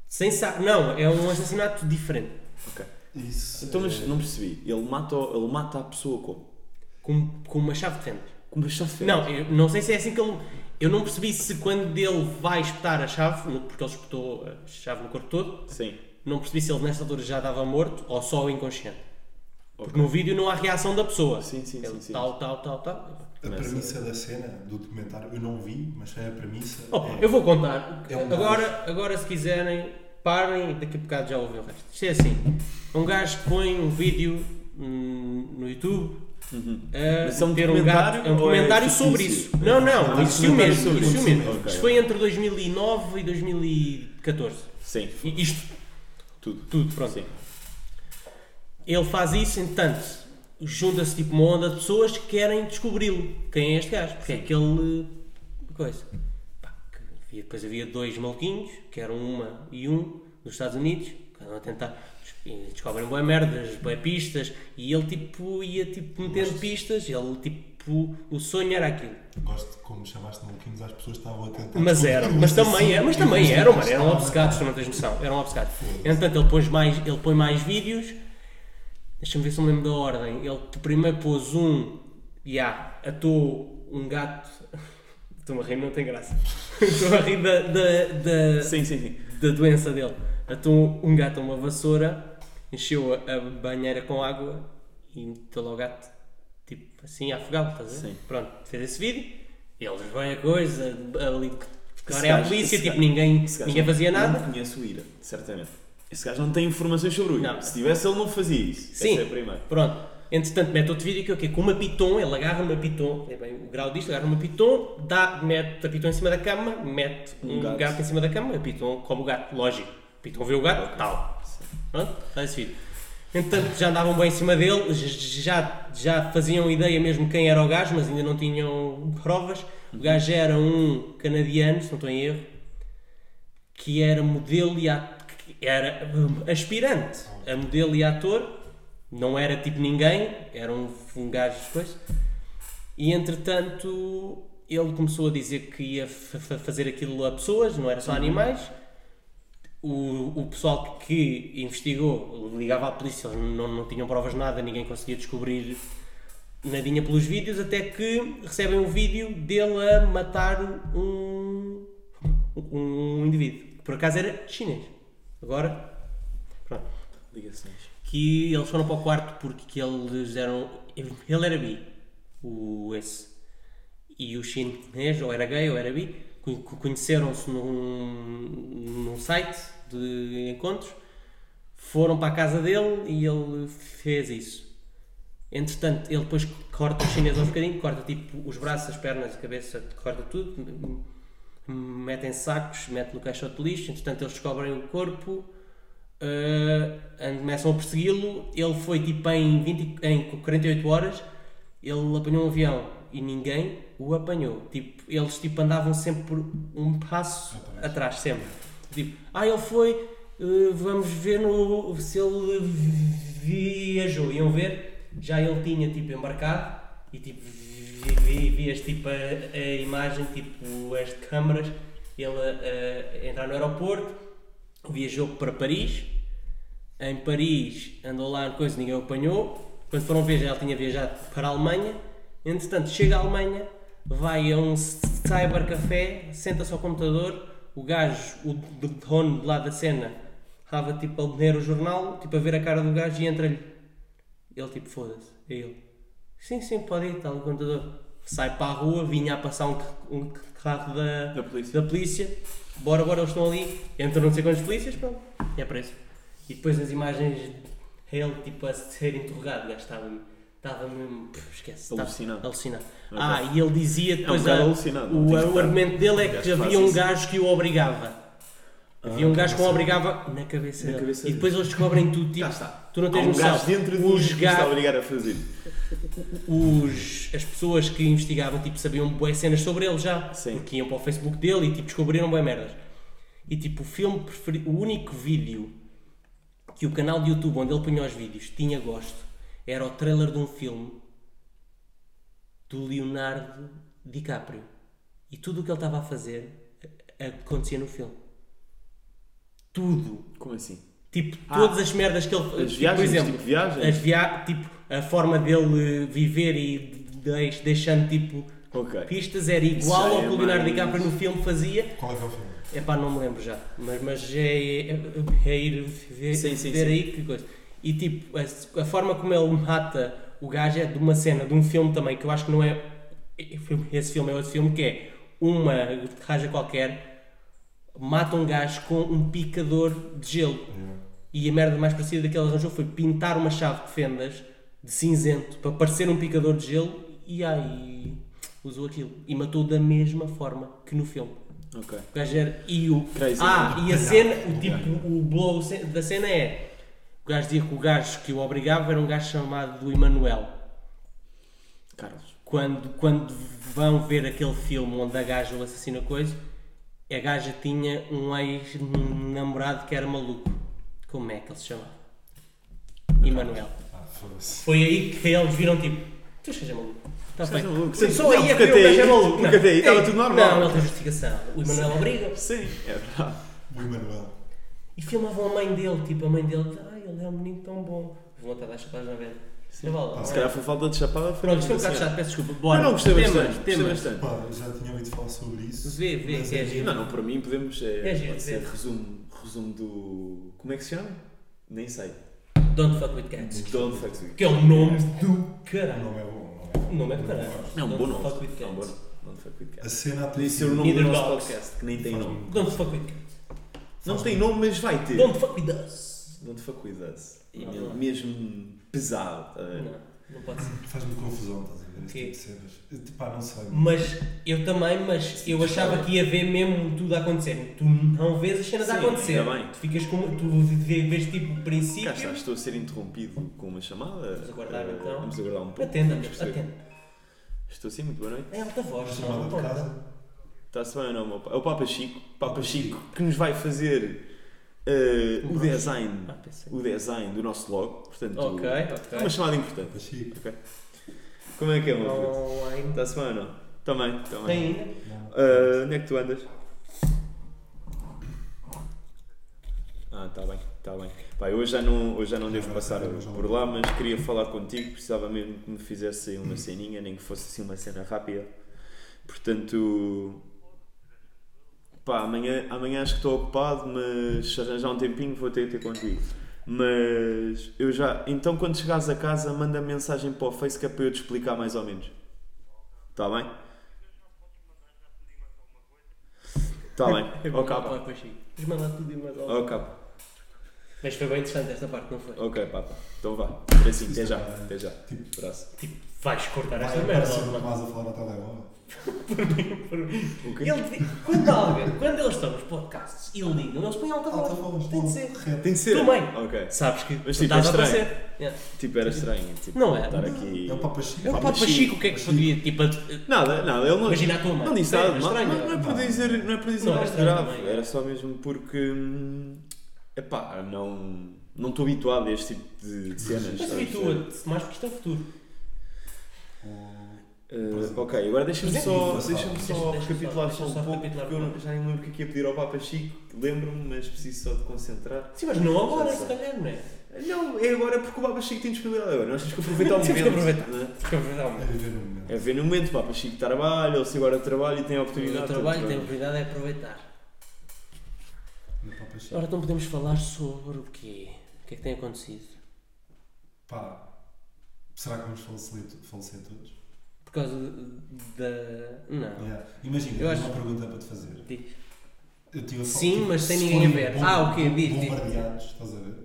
Sem saco. Não, é um assassinato diferente. Ok. Isso. Então, mas é- não percebi. Ele mata, o- ele mata a pessoa como? Com, com uma chave de fenda. Com uma chave. Não, eu não sei se é assim que ele. Eu não percebi se quando ele vai espetar a chave, no- porque ele espetou a chave no corpo todo, Sim. não percebi se ele nesta altura já estava morto ou só o inconsciente. Porque Ok. no vídeo não há reação da pessoa. Sim, sim, ele sim, sim. Tal, tal, tal, tal. A premissa da cena, do documentário, eu não vi, mas é a premissa. Oh, é- eu vou contar. É um agora, agora, se quiserem, parem e daqui a bocado já ouvem o resto. Isto é assim: um gajo que põe um vídeo hum, no YouTube Mas a é um ter um gato. documentário É um ou é documentário fictício? sobre isso. é Não, Ah, não, um existiu documentário mesmo. sobre Existiu isso. mesmo. Ok, Isto ok. foi entre 2009 e 2014. Sim. I- Isto, Tudo. tudo, pronto. Sim. Ele faz isso, entanto, junta-se tipo uma onda de pessoas que querem descobri-lo. Quem é este gajo? Porque é aquele. coisa. Pá, que havia- depois havia dois maluquinhos, que eram uma e um, dos Estados Unidos, que andam a tentar. e Descobrem boas merdas, boas pistas, e ele tipo ia tipo metendo pistas, ele tipo. o sonho era aquilo. Gosto de como chamaste maluquinhos às pessoas que estavam a tentar. Mas eram, mas também, era, mas um também eram, mano, é eram obcecados, tu também. não tens noção, eram obcecados. Entretanto, ele põe mais, ele põe mais vídeos, deixa-me ver se eu me lembro da ordem, ele primeiro pôs um, e há, atou um gato, estou-me a rir, não tem graça, estou-me a rir da, da, da, Sim, sim, sim. da doença dele, atou um gato a uma vassoura, encheu a a banheira com água e meteu lá o gato, tipo assim, afogado, estás a ver? Sim. Pronto, fez esse vídeo, eles veem a coisa, ali Esse agora é a gajo- esse polícia, tipo, gajo- ninguém, Esse gajo é ninguém não- fazia nada. Não conhece o Ira, certamente. Esse gajo não tem informações sobre o Ira. Não. Se tivesse, ele não fazia isso. Sim, Essa é a primeira. pronto. Entretanto, mete outro vídeo que é o quê? Com uma piton, ele agarra uma piton, é bem o grau disto, agarra uma piton, dá, mete a piton em cima da cama, mete um, Um gato. gato em cima da cama, a piton come o gato, lógico. A piton vê o gato, tal. Pronto, está esse vídeo. Entretanto, já andavam bem em cima dele, j- já, já faziam ideia mesmo quem era o gajo, mas ainda não tinham provas. O gajo era um canadiano, se não estou em erro, que era modelo e ator, era hum, aspirante a modelo e ator, não era tipo ninguém, era um, um gajo de coisa. E entretanto ele começou a dizer que ia fa- fa- fazer aquilo a pessoas, não era só animais. O, o pessoal que investigou ligava à polícia, eles não, não tinham provas de nada, ninguém conseguia descobrir nadinha pelos vídeos, até que recebem um vídeo dele a matar um, um indivíduo, que por acaso era chinês. Agora, pronto. Ligações. Que eles foram para o quarto porque eles eram. Ele era bi, o esse. E o chinês, ou era gay ou era bi, co- co- conheceram-se num, num site de encontros, foram para a casa dele e ele fez isso. Entretanto, ele depois corta o chinês aos bocadinho, corta tipo os braços, as pernas, a cabeça, corta tudo, m- m- mete em sacos, mete no caixote de lixo, entretanto eles descobrem o corpo, ah, and- começam a persegui-lo, ele foi tipo em, 20, em 48 horas, ele apanhou um avião e ninguém o apanhou. Tipo, eles tipo, andavam sempre por um passo Atrás. atrás, sempre. Tipo, ah, ele foi, eh, vamos ver no, se ele viajou. Iam ver, já ele tinha tipo embarcado e tipo, vi, vi- vias tipo a, a imagem, tipo as câmaras, ele ah, a, a entrar no aeroporto, viajou para Paris, em Paris andou lá coisa, ninguém o apanhou. Quando foram viajar, ele tinha viajado para a Alemanha. Entretanto, chega à Alemanha, vai a um cybercafé, senta-se ao computador. O gajo, o d- dono de lá da cena, estava tipo a ler o jornal, tipo a ver a cara do gajo e entra-lhe. Ele tipo, foda-se, é ele. Sim, sim, pode ir, está no computador. Sai para a rua, vinha a passar um, ca- um carro da, Da polícia. da polícia, bora, bora, eles estão ali, entram não sei quantos polícias, pronto, é preso. E depois nas imagens, ele tipo a ser interrogado, o gajo estava, estava mesmo, pff, esquece, estava Alucinado. alucinado. Ok. Ah, e ele dizia É um depois, bocado a- alucinado. o, não tens o de estar. argumento dele é gajo que faz havia um isso. gajo que o obrigava. Havia um gajo que o obrigava na cabeça Na dele. cabeça e dele. depois eles descobrem tudo, tipo, Cá está. tu não Há tens um noção. gajo dentro de um os que está a gajos obrigar a fazer. os- as pessoas que investigavam tipo, sabiam boas cenas sobre ele já, Sim. porque iam para o Facebook dele e tipo, descobriram boas merdas. E tipo, o filme preferido, o único vídeo que o canal de YouTube onde ele punha os vídeos tinha gosto era o trailer de um filme do Leonardo DiCaprio. E tudo o que ele estava a fazer a- acontecia no filme. Tudo. Como assim? Tipo, Ah, todas as merdas que ele fazia. as viagens, tipo viagens? As via tipo, a forma dele eh, viver e de- deixando tipo Ok. pistas era Isso igual já ao que é o Leonardo mais- DiCaprio no filme fazia. Qual é que é o filme? É pá, não me lembro já. Mas, mas é, é, é ir ver, Sim, sim, ver sim. aí que coisa. E tipo, a, a forma como ele mata o gajo é de uma cena, de um filme também, que eu acho que não é. Esse filme é outro filme que é uma raja qualquer mata um gajo com um picador de gelo. E a merda mais parecida daquele arranjou foi pintar uma chave de fendas de cinzento para parecer um picador de gelo e aí usou aquilo. E matou da mesma forma que no filme. Ok. O gajo era. E o. Crazy. Ah, e a cena, o tipo, o blow ce- da cena é. O gajo dizia que o gajo que o obrigava era um gajo chamado do Emanuel. Carlos. Quando, quando vão ver aquele filme onde a gaja o assassina coisa, a gaja tinha um ex-namorado que era maluco. Como é que ele se chamava? Emanuel. Ah, foda-se. Foi aí que eles viram tipo, tu seja maluco. Tá Estás feito. maluco? Sim, Sim, Só não, aí é que porque o até gajo é aí- maluco. porque até aí estava Ei, tudo normal. Não, ele tem justificação. O Emanuel obriga. Sim, é verdade. O Emanuel. E filmavam a mãe dele, tipo, a mãe dele, ai, ele é um menino tão bom. Vou até dar chapadas na velha. Sim, vale. Ah, vale. Se calhar foi falta de chapada. foi Pronto, isto foi um uma bocado cena. chato, peço desculpa. Bora. Não, não, gostei Temas, bastante. Gostei temas. bastante. Pá, eu já tinha ouvido falar sobre isso. Vê, vê, mas que é giro. Não, não, para mim podemos. É, É giro, pode ser é. resumo, resumo do. Como é que se chama? Nem sei. Don't fuck with cats. Don't fuck with. Que é o nome do O caralho. nome é bom. O nome é do caralho. É um bom Don't nome. fuck with É um bom cats. nome. Don't fuck with A cats. cena Podia ser atriz. o nome do Neither nosso dogs. podcast, que nem tem Faz nome. Don't fuck with cats. Não tem nome, mas vai ter. Don't fuck with us. Don't fuck with us. E Não, mesmo, não. mesmo pesado. tá a ver? Não. Não pode ser. Faz-me confusão, estás a ver? Esse Quê? tipo de cenas. Eu, Pá, não sei. Mas eu também, mas eu achava que ia ver mesmo tudo a acontecer. Tu não vês as cenas a Sim, acontecer. ainda bem. Tu ficas com. Tu vê- vês tipo o princípio. Cá está, estou a ser interrompido com uma chamada. Vamos aguardar, Eh, então. Vamos aguardar um pouco. Atenda, vamos perceber. atenda. Estou sim, muito boa noite. Em alta Uma voz, né? chamada não de pode. casa. Está-se bem ou não, meu pa- É o Papa Chico. Papa Chico que nos vai fazer eh, o design. Ah, pensei. O design do nosso logo. Portanto, Ok, é uma ok. chamada importante. Mas sim. Como é que é, meu puto? Não, ainda. Está-se bem ou não? Também, também. Então- Tem ainda? Não. Ah, onde é que tu andas? Ah, está bem, está bem. Pá, eu hoje já não, hoje já não devo passar por lá, mas queria falar contigo, precisava mesmo que me fizesse uma ceninha, nem que fosse assim uma cena rápida. Portanto, pá, amanhã, amanhã acho que estou ocupado, mas se arranjar um tempinho vou ter que ter contigo. Mas eu já. Então quando chegares a casa, manda mensagem para o Face que é para eu te explicar mais ou menos. Está bem? Está Tá bem. Ok, pá. Mas mandar tudo e mais algo. Ok, pá. Mas foi bem interessante esta parte, não foi? Ok, papa. Então vá. Assim, até já. Até já. Abraço. Tipo, vais cortar Vai, esta merda. parece o ou não? Tomás a falar ao telemóvel. Tá O quê? Ele, devia- quando alguém, quando eles estão nos podcasts e ligam, eles põem em alta Alta voz, voz. Tem de logo, ser. tá então, reto. Tem de ser. Também. Ok. Sabes que Mas, tu tipo, é estás a estranho. aparecer. Yeah. Tipo, era estranho. Tipo, Não é? Estar aqui... É o Papa Chico. É o Papa Papa Chico. Chico, o que é que podia, tipo, a- Nada, nada. Ele não... Imagina a tua mãe. Não disse Era nada. de mal, estranho, não, não é era. para dizer, não é para dizer Não, era nada de estranho grave. também. Era só mesmo porque... hum, Epá, não... Não estou habituado a este tipo de, de cenas. mas sabes? habitua-te mais porque isto é o futuro. Eh, ok, agora deixa-me Presente. só, Passado. deixa-me só Deixa- é deixa-me recapitular só- só um deixa-me só pouco, recapitular porque eu um não- já nem me lembro o que é que ia pedir ao Papa Chico. Lembro-me, mas preciso só de concentrar. Sim, mas não agora, Já sei. se calhar, não é? Não, é agora porque o Papa Chico tem disponibilidade agora. Nós temos que aproveitar o momento. Temos que aproveitar. né? Porque é verdade, É viver no momento. É ver no momento, Papa Chico trabalha, ou se agora trabalha e tem a O oportunidade. trabalho tem a portanto, oportunidade é aproveitar. É o Papa Chico. Ora, então podemos falar sobre o quê? O que é que tem acontecido? Pá, será que vamos falecer, falecer todos? Por causa de- da. Não. Yeah. Imagina, Eu eu tenho acho- uma pergunta para te É. fazer. Diz. Eu tive a fal- Sim, tipo, mas sem se ninguém a forem ver. Ah, o quê? Diz, diz. Bombardeados, estás a ver?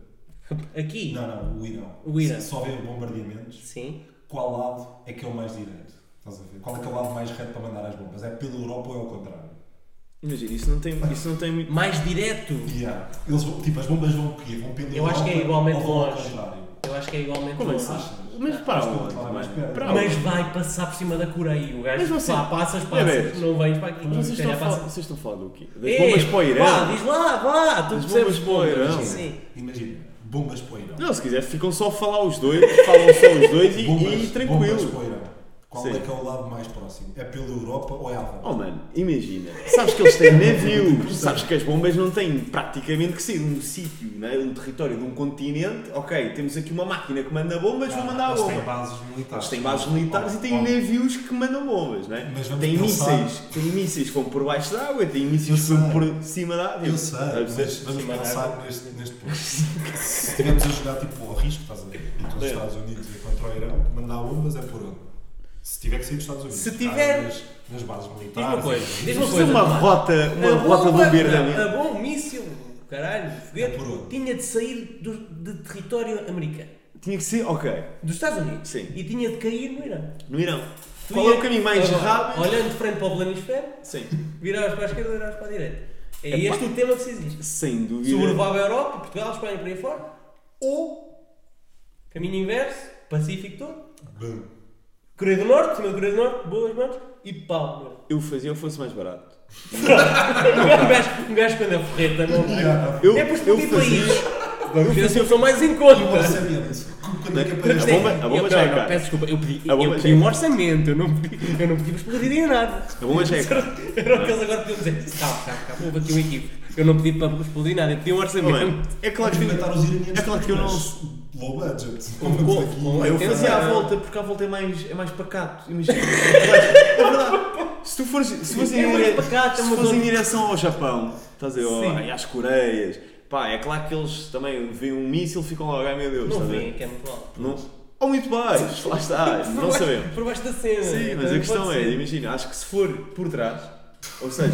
Aqui? Não, não, o Irão. O Irão. Se só houver bombardeamentos, Sim. qual lado é que é o mais direito? Estás a ver? Qual é que é o lado mais reto para mandar as bombas? É pela Europa ou é ao contrário? Imagina, isso não tem, isso não tem muito. Mais direto. Yeah. Eles vão, tipo, as bombas vão o quê? Vão pela Eu acho que é Europa igualmente ou vão ao longe. contrário? Eu acho que é igualmente Como é que longe. achas? Mas para Mas onde? lá mais mano? perto. Para onde? Mas vai passar por cima da Coreia. O gajo Mas você- pá, passas, Bebês. passas, não vens para aqui. Mas Mas vocês se estão, a calhar falar, passa. vocês estão a falar do quê? Das bombas para o Irã? Vá, diz lá, vá, tu Das percebes bombas para o bombas. Irão. é, Sim. Imagina, bombas para o Irão. Não, se quiser, ficam só a falar os dois, falam só os dois e, Bombas, e tranquilo. bombas para o Irão. Qual Sim. é que é o lado mais próximo? É pela Europa ou é Álvaro? Oh mano, imagina, sabes que eles têm navios, sabes que as bombas não têm praticamente que ser um sítio, né? um território de um continente, ok, temos aqui uma máquina que manda bombas, vou mandar a Ah, Eles têm bomba. bases militares. Eles têm bases militares e têm Óbvio. navios que mandam bombas, né? Mas vamos Têm pensar- mísseis, têm mísseis que vão por baixo da água, têm mísseis que Eu vão sei. por cima da água. Eu sei, mas assim, vamos Sim, pensar neste, neste ponto. Se estivermos a jogar tipo ao risco, estás a ver? Entre os Sim. Estados Unidos e contra o Irão, mandar bombas é por onde? Se tiver que sair dos Estados Unidos, Se tá, tiver- nas, nas bases militares. Diz uma coisa, e- diz uma Fazer coisa. uma Tomás. rota, uma A rota bomba- bombardeamento. A bom um míssil, caralho, foguete, Por onde? tinha de sair do, de território americano, Tinha que ser, ok, dos Estados Unidos, Sim. e tinha de cair no Irão. no Irão. Tu Qual é ia- o caminho mais Agora, rápido? Olhando de frente para o planisfério, Sim, viravas para a esquerda, viravas para a direita. É Epá. este o tema que se existe. sem dúvida. Sobrevivava a Europa, Portugal, Espanha, por aí fora, ou caminho inverso, Pacífico todo, Bum. Coreia do Norte, cima da Coreia do Norte, boas mãos, e pau, meu. Eu fazia ou fosse mais barato. um, gajo, um gajo quando é forreta, não E há- Eu, É para eu explodir fazia. Eu penso que são mais em conta. um orçamento. Quando é que aparece? A bomba- a bomba Eu- já é não, cara. Peço desculpa, eu pedi, A bomba eu já pedi é um cara. orçamento, eu não pedi, eu não pedi para explodirem nada. A bomba já é cara. Era o que eles agora podiam dizer. Calma, calma, calma, houve aqui um equívoco. Eu não pedi para explodir nada, eu pedi um Mano, orçamento. é claro que Alimentar os iranianos. É claro que eu não- mas é Low budget. Com- Vamos com- aqui. com- eu Atenção. fazia à volta porque à volta é mais, é mais pacato. Imagina. é verdade. Se tu fores, se fores, É em, mais dire- pacato, é se uma fores em zona- direção ao Japão, estás a dizer, Sim. oh, e às Coreias, pá, é claro que eles também veem um míssil ficam logo, ai meu Deus, Não estás a vêm, ver? que é muito mal. Não, ou muito baixo, lá está, não sabemos. Por baixo da cena. Sim, mas a Não questão pode é, ser. imagina, acho que se for por trás, ou seja,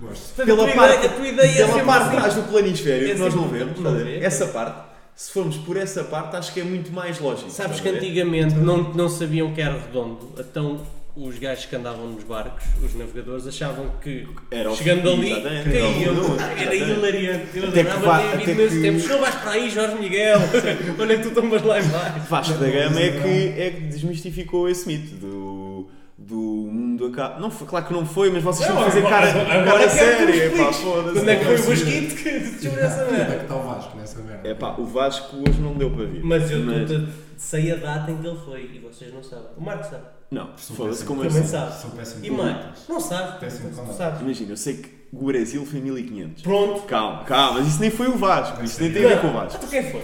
Gosto. Portanto, a tua ideia- a tua ideia é pela sempre parte de assim. trás do planisfério É que nós não sempre- vemos, não estás a ver? vê. essa parte se formos por essa parte, acho que é muito mais lógico. Sabes que estás a ver? antigamente não, não sabiam que era redondo, então os gajos que andavam nos barcos, os navegadores, achavam que Era o chegando fim, ali exatamente. Era o caíam. redondo, Era exatamente. hilariante. Eu Até que adorava vá- ter até havido nesses que- tempos. Não vais para aí, Jorge Miguel. Onde é que tu tomas lá em baixo? Vasco da Gama é que, é que desmistificou esse mito do, do mundo acaba. Não foi, claro que não foi, mas vocês estão a fazer cara, cara quero que me séria. Pá, expliques. Quando é que foda-se. foi o Basquito que descobriu essa Onde é merda? que está o Vasco nessa merda? É pá, o Vasco hoje não deu para vir. Mas eu tô- sei a data em que ele foi e vocês não sabem. O Marco sabe. Não, Sou foda-se péssimo. como Também assim. sabe. Sou péssimo E com mãe, contas. não sabe. Péssimo Não contato. sabe. Imagina, eu sei que o Brasil foi 1500. Pronto. Calma, calma, mas isso nem foi o Vasco, isso nem tem a ver com o Vasco. Tu quem foi?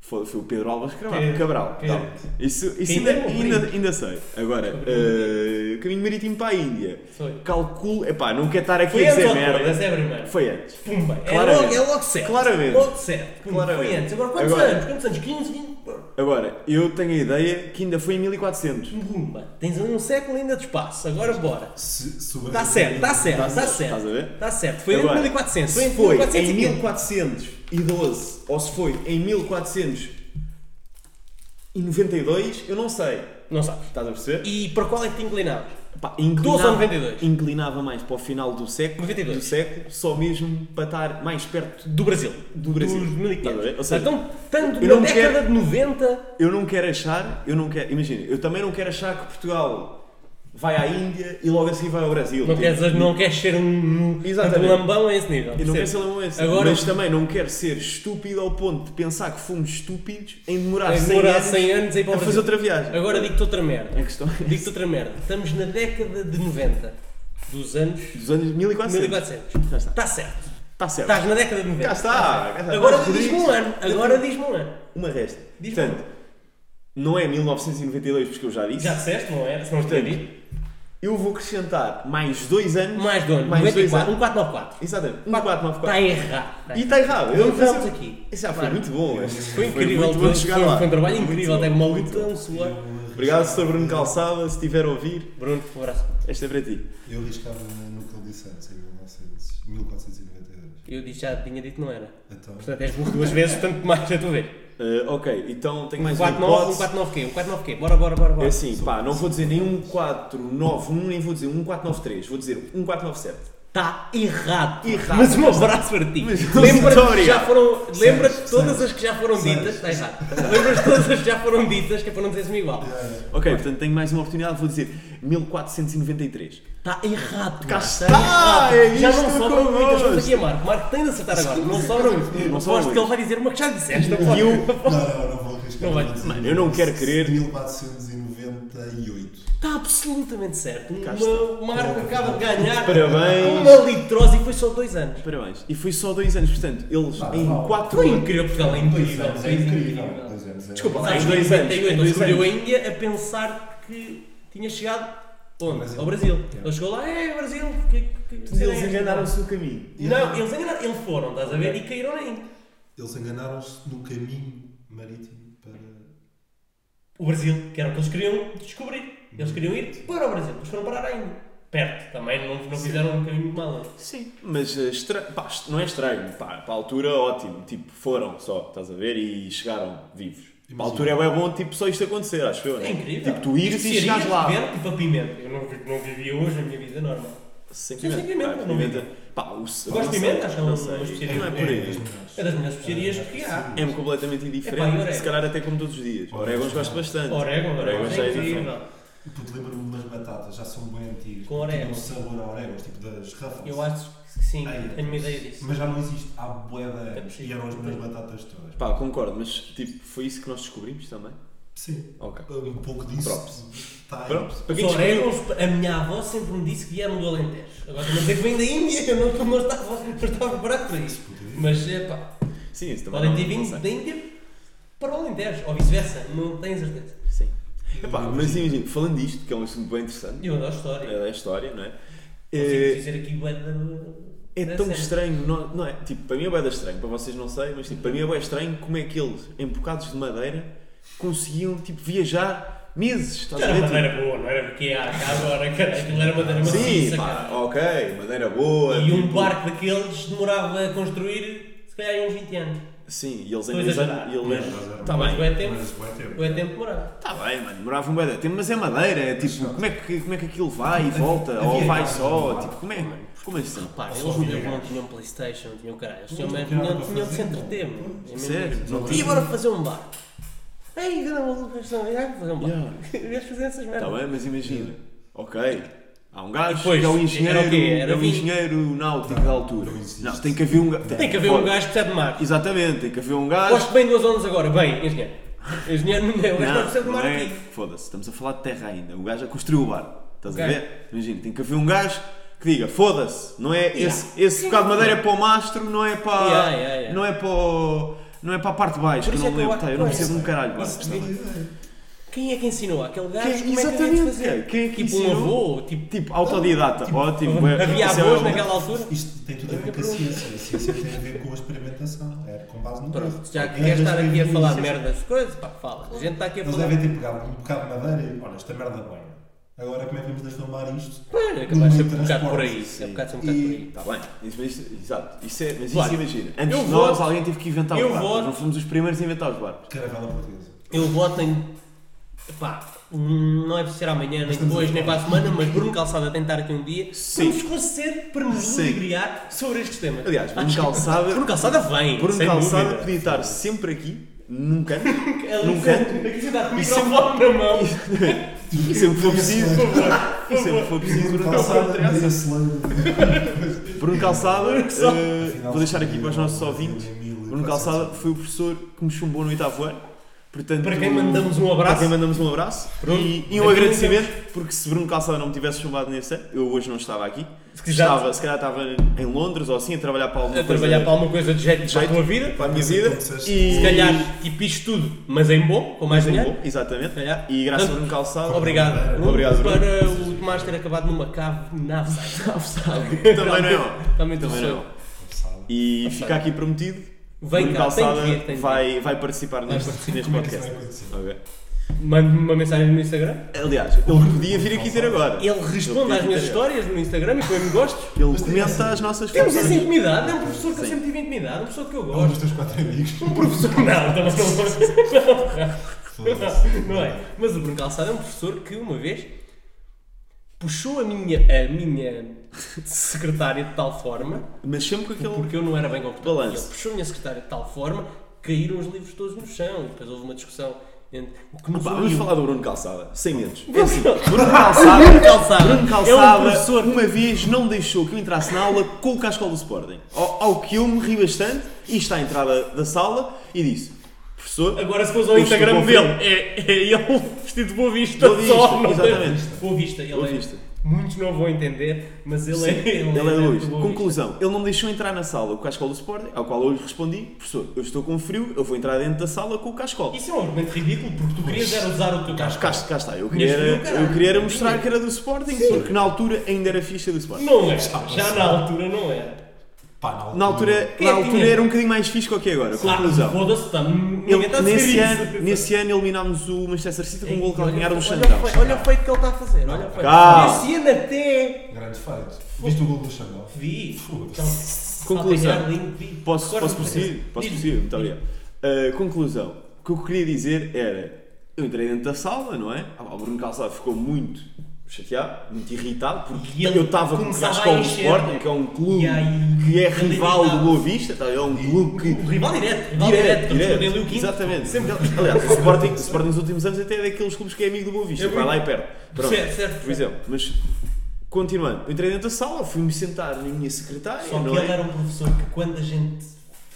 Foi, foi o Pedro Alves Cabral. Pedro, Cabral Pedro. calma. Isso, isso Ainda ainda, é bom, ainda, ainda sei. Agora, eh, caminho marítimo para a Índia. Foi. Calculo. Epá, não quero estar aqui Foi a antes dizer ou depois? merda. Essa é a primeira. Foi antes. Pumba. É Claramente. logo, é logo certo. Claramente. Logo certo. Pumba, Claramente. Foi antes. Agora quantos Agora- anos? Quantos anos? 15, 20? Agora, eu tenho a ideia que ainda foi em 1400. Pumba. Tens um século ainda de espaço. Agora bora. Se, se o Está certo, está certo, Tá está certo, certo. estás a ver? Está certo. Foi em Agora, 1400. Foi Se em foi em 1450. 1412 ou se foi em 1492, eu não sei. Não sabes. Estás a perceber? E para qual é que te inclinavas? Pá, 12 ou inclinava, 92? inclinava mais para o final do século, 92. do século, só mesmo para estar mais perto. Do Brasil. Do Brasil. Dos 1500. Estás a ver? Ou seja, então, tanto eu na não década quero- de 90... Eu não quero achar, eu não quero, imagina, eu também não quero achar que Portugal vai à Índia e logo assim vai ao Brasil. Não Tipo, queres, não queres ser um, um Exatamente. lambão a esse nível. Eu não quero percebes? ser lamão esse. Agora- mas também não quero ser estúpido ao ponto de pensar que fomos estúpidos em demorar, Em 100, demorar anos 100 anos a ir para o a Brasil. fazer outra viagem. Agora digo-te outra merda. A questão é Digo-te outra merda. Estamos na década de 90 dos anos dos anos 1400. 1400. Já Tá está. Está Tá certo. Está Tá certo. Estás na década de 90. Cá está, cá está. Tá. Agora Podes diz-me um pedir. ano. Agora diz-me um ano. Uma resta. Diz-me. Portanto, não é 1992, porque eu já disse. Já disseste, não era? Se não Portanto, entendi. Eu vou acrescentar mais dois anos. Mais de ano. Mais dois 94. anos. Um 494. Exatamente. Um Está 494. tá errado. E está errado. Eu Não vou fazer- estamos aqui. Isso já foi Claro. muito bom. é. Foi incrível. muito bom Foi, chegar foi, lá. foi um trabalho Muito incrível. bom. Teve uma Muito luta, bom. um suor. Obrigado, Sr. Bruno Calçada. Se estiver a ouvir, Bruno, um abraço. esta é para ti. Eu arriscava no no que ele disse antes, em 1900, 1492. Eu disse- já tinha dito que não era. Então, Portanto, és burro duas vezes, tanto mais, a tu ver. Eh, ok, então tenho mais uma 49, um hipótese. 49 quê? Um 49 quê? Bora, bora, bora. É bora. assim, pá, não vou dizer nem um 491, nem vou dizer um 493, vou dizer um 497. Está Tá errado. Errado. Mas um abraço para ti. Mas- Lembra-te que Vitória. já foram. Lembra-te de Sabes, todas sabes. as que já foram Sabes. ditas. Está errado. Lembra-te de todas as que já foram ditas, que é para não dizer-me igual. Ok, portanto tenho mais uma oportunidade, vou dizer 1493. Está Tá errado. Cá está, é já isto não que sobram eu muitas. Estamos gosto. aqui a Marco. Marco tem de acertar agora. Não sobra muito. Não Aposto sobra que muito. ele vai dizer uma que já disseste. não E pode? eu, não, não, não vou arriscar. Não vai. Mano, eu não quero querer. 1498. Está Tá absolutamente certo. Cá Uma, está. o Marco acaba de ganhar Parabéns. uma litrose e foi só dois anos. parabéns. E foi só dois anos, portanto, eles Vá, em vá. 4 Foi anos. incrível, Portugal é incrível. Dois anos é é incrível. Dois anos é- Desculpa, lá, Em em dois 98 ele anos, em dois descobriu a Índia a pensar que tinha chegado onde? Brasil. ao Brasil. Yeah. Ele chegou lá, é Brasil, que, que, que cena é Eles esta?" enganaram-se no caminho. Não, eles enganaram, eles foram, estás a ver? E caíram na Índia. Eles enganaram-se no caminho marítimo para. O Brasil, que era o que eles queriam descobrir. Eles queriam ir para o Brasil, mas foram parar à Índia. Perto, também não, não fizeram um caminho mal. Sim, mas eh, estra... pá, isto não é estranho, pá, para a altura ótimo, tipo, foram só, estás a ver, e chegaram vivos. Para a altura é bué bom, tipo, só isto acontecer, acho eu. né? É incrível. Tipo, tu ires e Especiarias, chegares lá. Ver, tipo a pimenta. Eu não, vi- não vivia hoje a minha vida normal. Sem Sim, pimenta. sem pimenta, Pá, não pimenta. Pá, o se- Gosto de não sei, pimenta, acho que é uma- não sei. uma especiaria. Não é por aí. É das melhores especiarias que há. É-me completamente Epá, e indiferente, orégano? se calhar até como todos os dias. Orégãos gosto bastante. Orégano, Orégãos já é diferente. incrível. Puto, lembro-me de umas batatas, já são bem antigas. Com Tinham orégãos. sabor a orégãos, tipo das Ruffles. Eu acho que sim, Ai, tenho uma ideia disso. Mas já não existe. Há bué de anos. Temos- E eram as minhas batatas todas. Pá, concordo, mas tipo, foi isso que nós descobrimos também. Sim. Ok. Um pouco disso. Props. Tá aí. Pronto, para Os quem descobriu. orégãos, a minha avó sempre me disse que vieram do Alentejo. Agora estou a dizer que vem da Índia, eu não, não, estava, não estava preparado para isso. Mas é pá, Sim, isso também. é podem ter não- vindo não da sei. Índia para o Alentejo, ou vice-versa, não tenho certeza. Sim. Epá, mas imagina, falando disto, que é um assunto bem interessante, E eu adoro história. é a história, não é? Consigo Eh, dizer aqui bué da- É da tão cena. estranho, não, não é? Tipo, para mim é bem estranho, para vocês não sei, mas tipo, para mim é bem estranho como é que eles, em bocados de madeira, conseguiam tipo, viajar meses, estás a Era ver? Tipo, madeira boa, não era porque há cá agora, caralho, aquilo era madeira maciça, Ah, Sim, cara. pá, ok, madeira boa. é E um tipo, barco daqueles demorava a construir, se calhar, uns 20 anos. Sim, e eles Estou em a 10 exagerar. anos. e eles- Tá Mas bem. vai tempo. Mas vai tempo. Não é tempo demorado. Tá bem, mano, demorava um bué de tempo, mas é madeira, é tipo, como é que, como é que aquilo vai e volta, havia ou vai casos só, de- tipo, como é, como é assim? Pá, eles só não, videogames. eles não tinham Playstation, não tinham caralho. Eles tinham Não mesmo, tinha nada não para tinham de se fazer, entreter, não. mano. É mesmo Sério? isso. Não E tinha. agora vou fazer um bar? Ei, grande maluco, vais fazer um bar. Yeah. Devias fazer essas Tá merdas. bem, mas imagina, ok, há um gajo Depois, que é um era o engenheiro, quê? Era é um vinho. engenheiro náutico da altura. não existe. Não, tem que haver um gajo. Tem que haver um gajo que percebe de mar. Exatamente, tem que haver um gajo. Gosto bem dos anos agora. Bem, engenheiro. Engenheiro não é, o gajo não percebe de Não, não mar é. aqui. Foda-se, estamos a falar de terra ainda. O gajo já construiu o bar. Estás a Ok. ver? Imagina, tem que haver um gajo que diga, foda-se, não é Yeah. esse, esse bocado de madeira é para o mastro, não é para. Yeah, yeah, yeah. Não é para o- Não é para a parte de baixo, Por que eu isso não é que lembro. eu- tá, eu não percebo um caralho. Mas pá. isto é uma ideia. Quem é que ensinou àquele gajo Quem- como é que havia de exatamente, fazer? cara. Quem é que tipo ensinou? um avô? Tipo, Tipo, autodidata, ótimo. bué. havia Isso é avós uma- naquela altura? Isto tem tudo a ver com a ciência. A ciência tem a ver com a experimentação. É com base no Pronto, teste. já que É queres estar aqui a falar ciência. merdas, coisas, pá, fala. A gente está aqui a Eles falar. devem ter pegado um bocado de madeira e, olha, esta merda bem. Agora como é que vamos transformar isto? Pá, acabaste no um bocado por aí. transporte, É um bocado ser um bocado sim. por E- aí. Está bem, isso, mas- exato. Isso é, mas Claro. isso imagina. Antes Eu de nós, voto- alguém teve que inventar eu os barcos. voto- Não fomos os primeiros a inventar os barcos. Caravela portuguesa. Eu voto em. Pá, não é preciso ser amanhã, nem Estamos depois, a nem para falar. a semana, mas Bruno Calçada tem de estar aqui um dia Sim. para nos esclarecer, para nos Sim. ludibriar sobre estes temas. Aliás, Bruno Acho que- Calçada- Bruno Calçada vem. Bruno sem Calçada dúvida. podia estar sempre aqui, num canto, Ele num canto, é sempre- Aqui está com o E sempre- microfone na mão. e sempre foi preciso, e sempre foi preciso Bruno Calçada. Calçada, meia celeiro. Bruno Calçada, eh, Afinal, vou deixar aqui para os nossos ouvintes. Bruno 1400. Calçada foi o professor que me chumbou no oitavo ano. Portanto, Para quem mandamos um abraço. Para quem mandamos um abraço. Bruno, e, e um Bruno, agradecimento, porque se Bruno Calçada não me tivesse chumbado nesse ano, eu hoje não estava aqui. Se Estava, se calhar estava em Londres ou assim, a trabalhar para alguma A trabalhar coisa para alguma coisa de jeito, de jeito jeito. para a tua vida. para a minha Mas vida. então disseste- E, Se calhar, tipo isto tudo, mas em bom, com mais em dinheiro. bom, exatamente. calhar. E graças a Portanto, Bruno Calçado. Obrigado. Bruno, Obrigado, Bruno. Para o Tomás ter acabado numa cave na Avside. Também não é mau. Também não Também não é sou. mau. Calçada. E fica aqui prometido. Vem Bruno cá, Calçada tem que vir, tem que vai, vai participar neste, participar. neste Como é que isso vai podcast. acontecer? Ok. Mande-me uma mensagem no Instagram. Aliás, ele podia vir aqui ter agora. Ele responde às minhas histórias no Instagram e põe-me gostos. Ele comenta as nossas Temos fotos. essa intimidade. É um professor que eu Sim. sempre tive intimidade. Um professor que eu Um gosto. dos teus quatro amigos. Um professor. Não, um também não. Foda-se. Não é? Mas o Bruno Calçado é um professor que uma vez puxou a minha, a minha secretária de tal forma Mas sempre com aquele. porque eu não era bem computador. Balanço. Ele puxou a minha secretária de tal forma que caíram os livros todos no chão. E depois houve uma discussão entre o que nos Pá, vamos uniu. falar do Bruno Calçada, sem medos. É assim. Vamos falar. Bruno Calçada, Bruno Calçada. Bruno É um Calçada professor. uma vez não deixou que eu entrasse na aula com o cascal do Sporting. Ao, ao que eu me ri bastante, e está à entrada da sala e disse: Professor, Agora se fores ao Eu Instagram estou com dele, é, é ele vestido de boa vista, Boa só. Vista, não tem- exatamente. Boa vista, ele Boa é- Vista. Muitos não vão entender, mas ele Sim, é... ele é adepto Luís. do Boa Vista. Conclusão, ele não me deixou entrar na sala com o cascal do Sporting, ao qual eu lhe respondi, professor, eu estou com frio, eu vou entrar dentro da sala com o cascal. Isso é um argumento ridículo, porque tu querias era usar o teu casco. Cá, cá está, eu queria, frio, era, caralho. eu queria era mostrar que era do Sporting, porque na altura ainda era ficha do Sporting. Não é, Já já na altura não era. Pá, Na altura, Quem na é que altura tinha? era um bocadinho mais fixe do que agora, Claro, conclusão. foda-se, tá, ninguém Ele, está a dizer nesse, isso. ano, nesse ano eliminámos o Manchester City com um gol que Olha- ganharam o olha Xandão. fe- Olha o feito que ele está a fazer, olha o feito. Calma. Nesse ano até... Grande feito. Viste o gol do Xandão? Vi. Foda-se. Então, Conclusão. salta em ar, lindo, vi. Posso, Corta posso para prosseguir? trás. Posso Diz-me. prosseguir? Muito obrigado. Uh, conclusão. O que eu queria dizer era. Eu entrei dentro da sala, não é? Ah, O Bruno Calçado ficou muito chateado, muito irritado, porque E ele eu estava com o começava Gascon a encher, Sporting, né? que é um clube E aí, que é ele rival do irritava. Boa Vista, tá? é um clube que. O rival é direto, rival direto, que eles escolhem ali o quinto. Exatamente. Sempre, aliás, o Sporting, o Sporting nos últimos anos até é daqueles clubes que é amigo do Boa Vista, É vai muito- lá e perde. Pronto. Certo, certo. Por exemplo, mas continuando, eu entrei dentro da sala, fui-me sentar na minha secretária. Só que não é? ele era um professor que quando a gente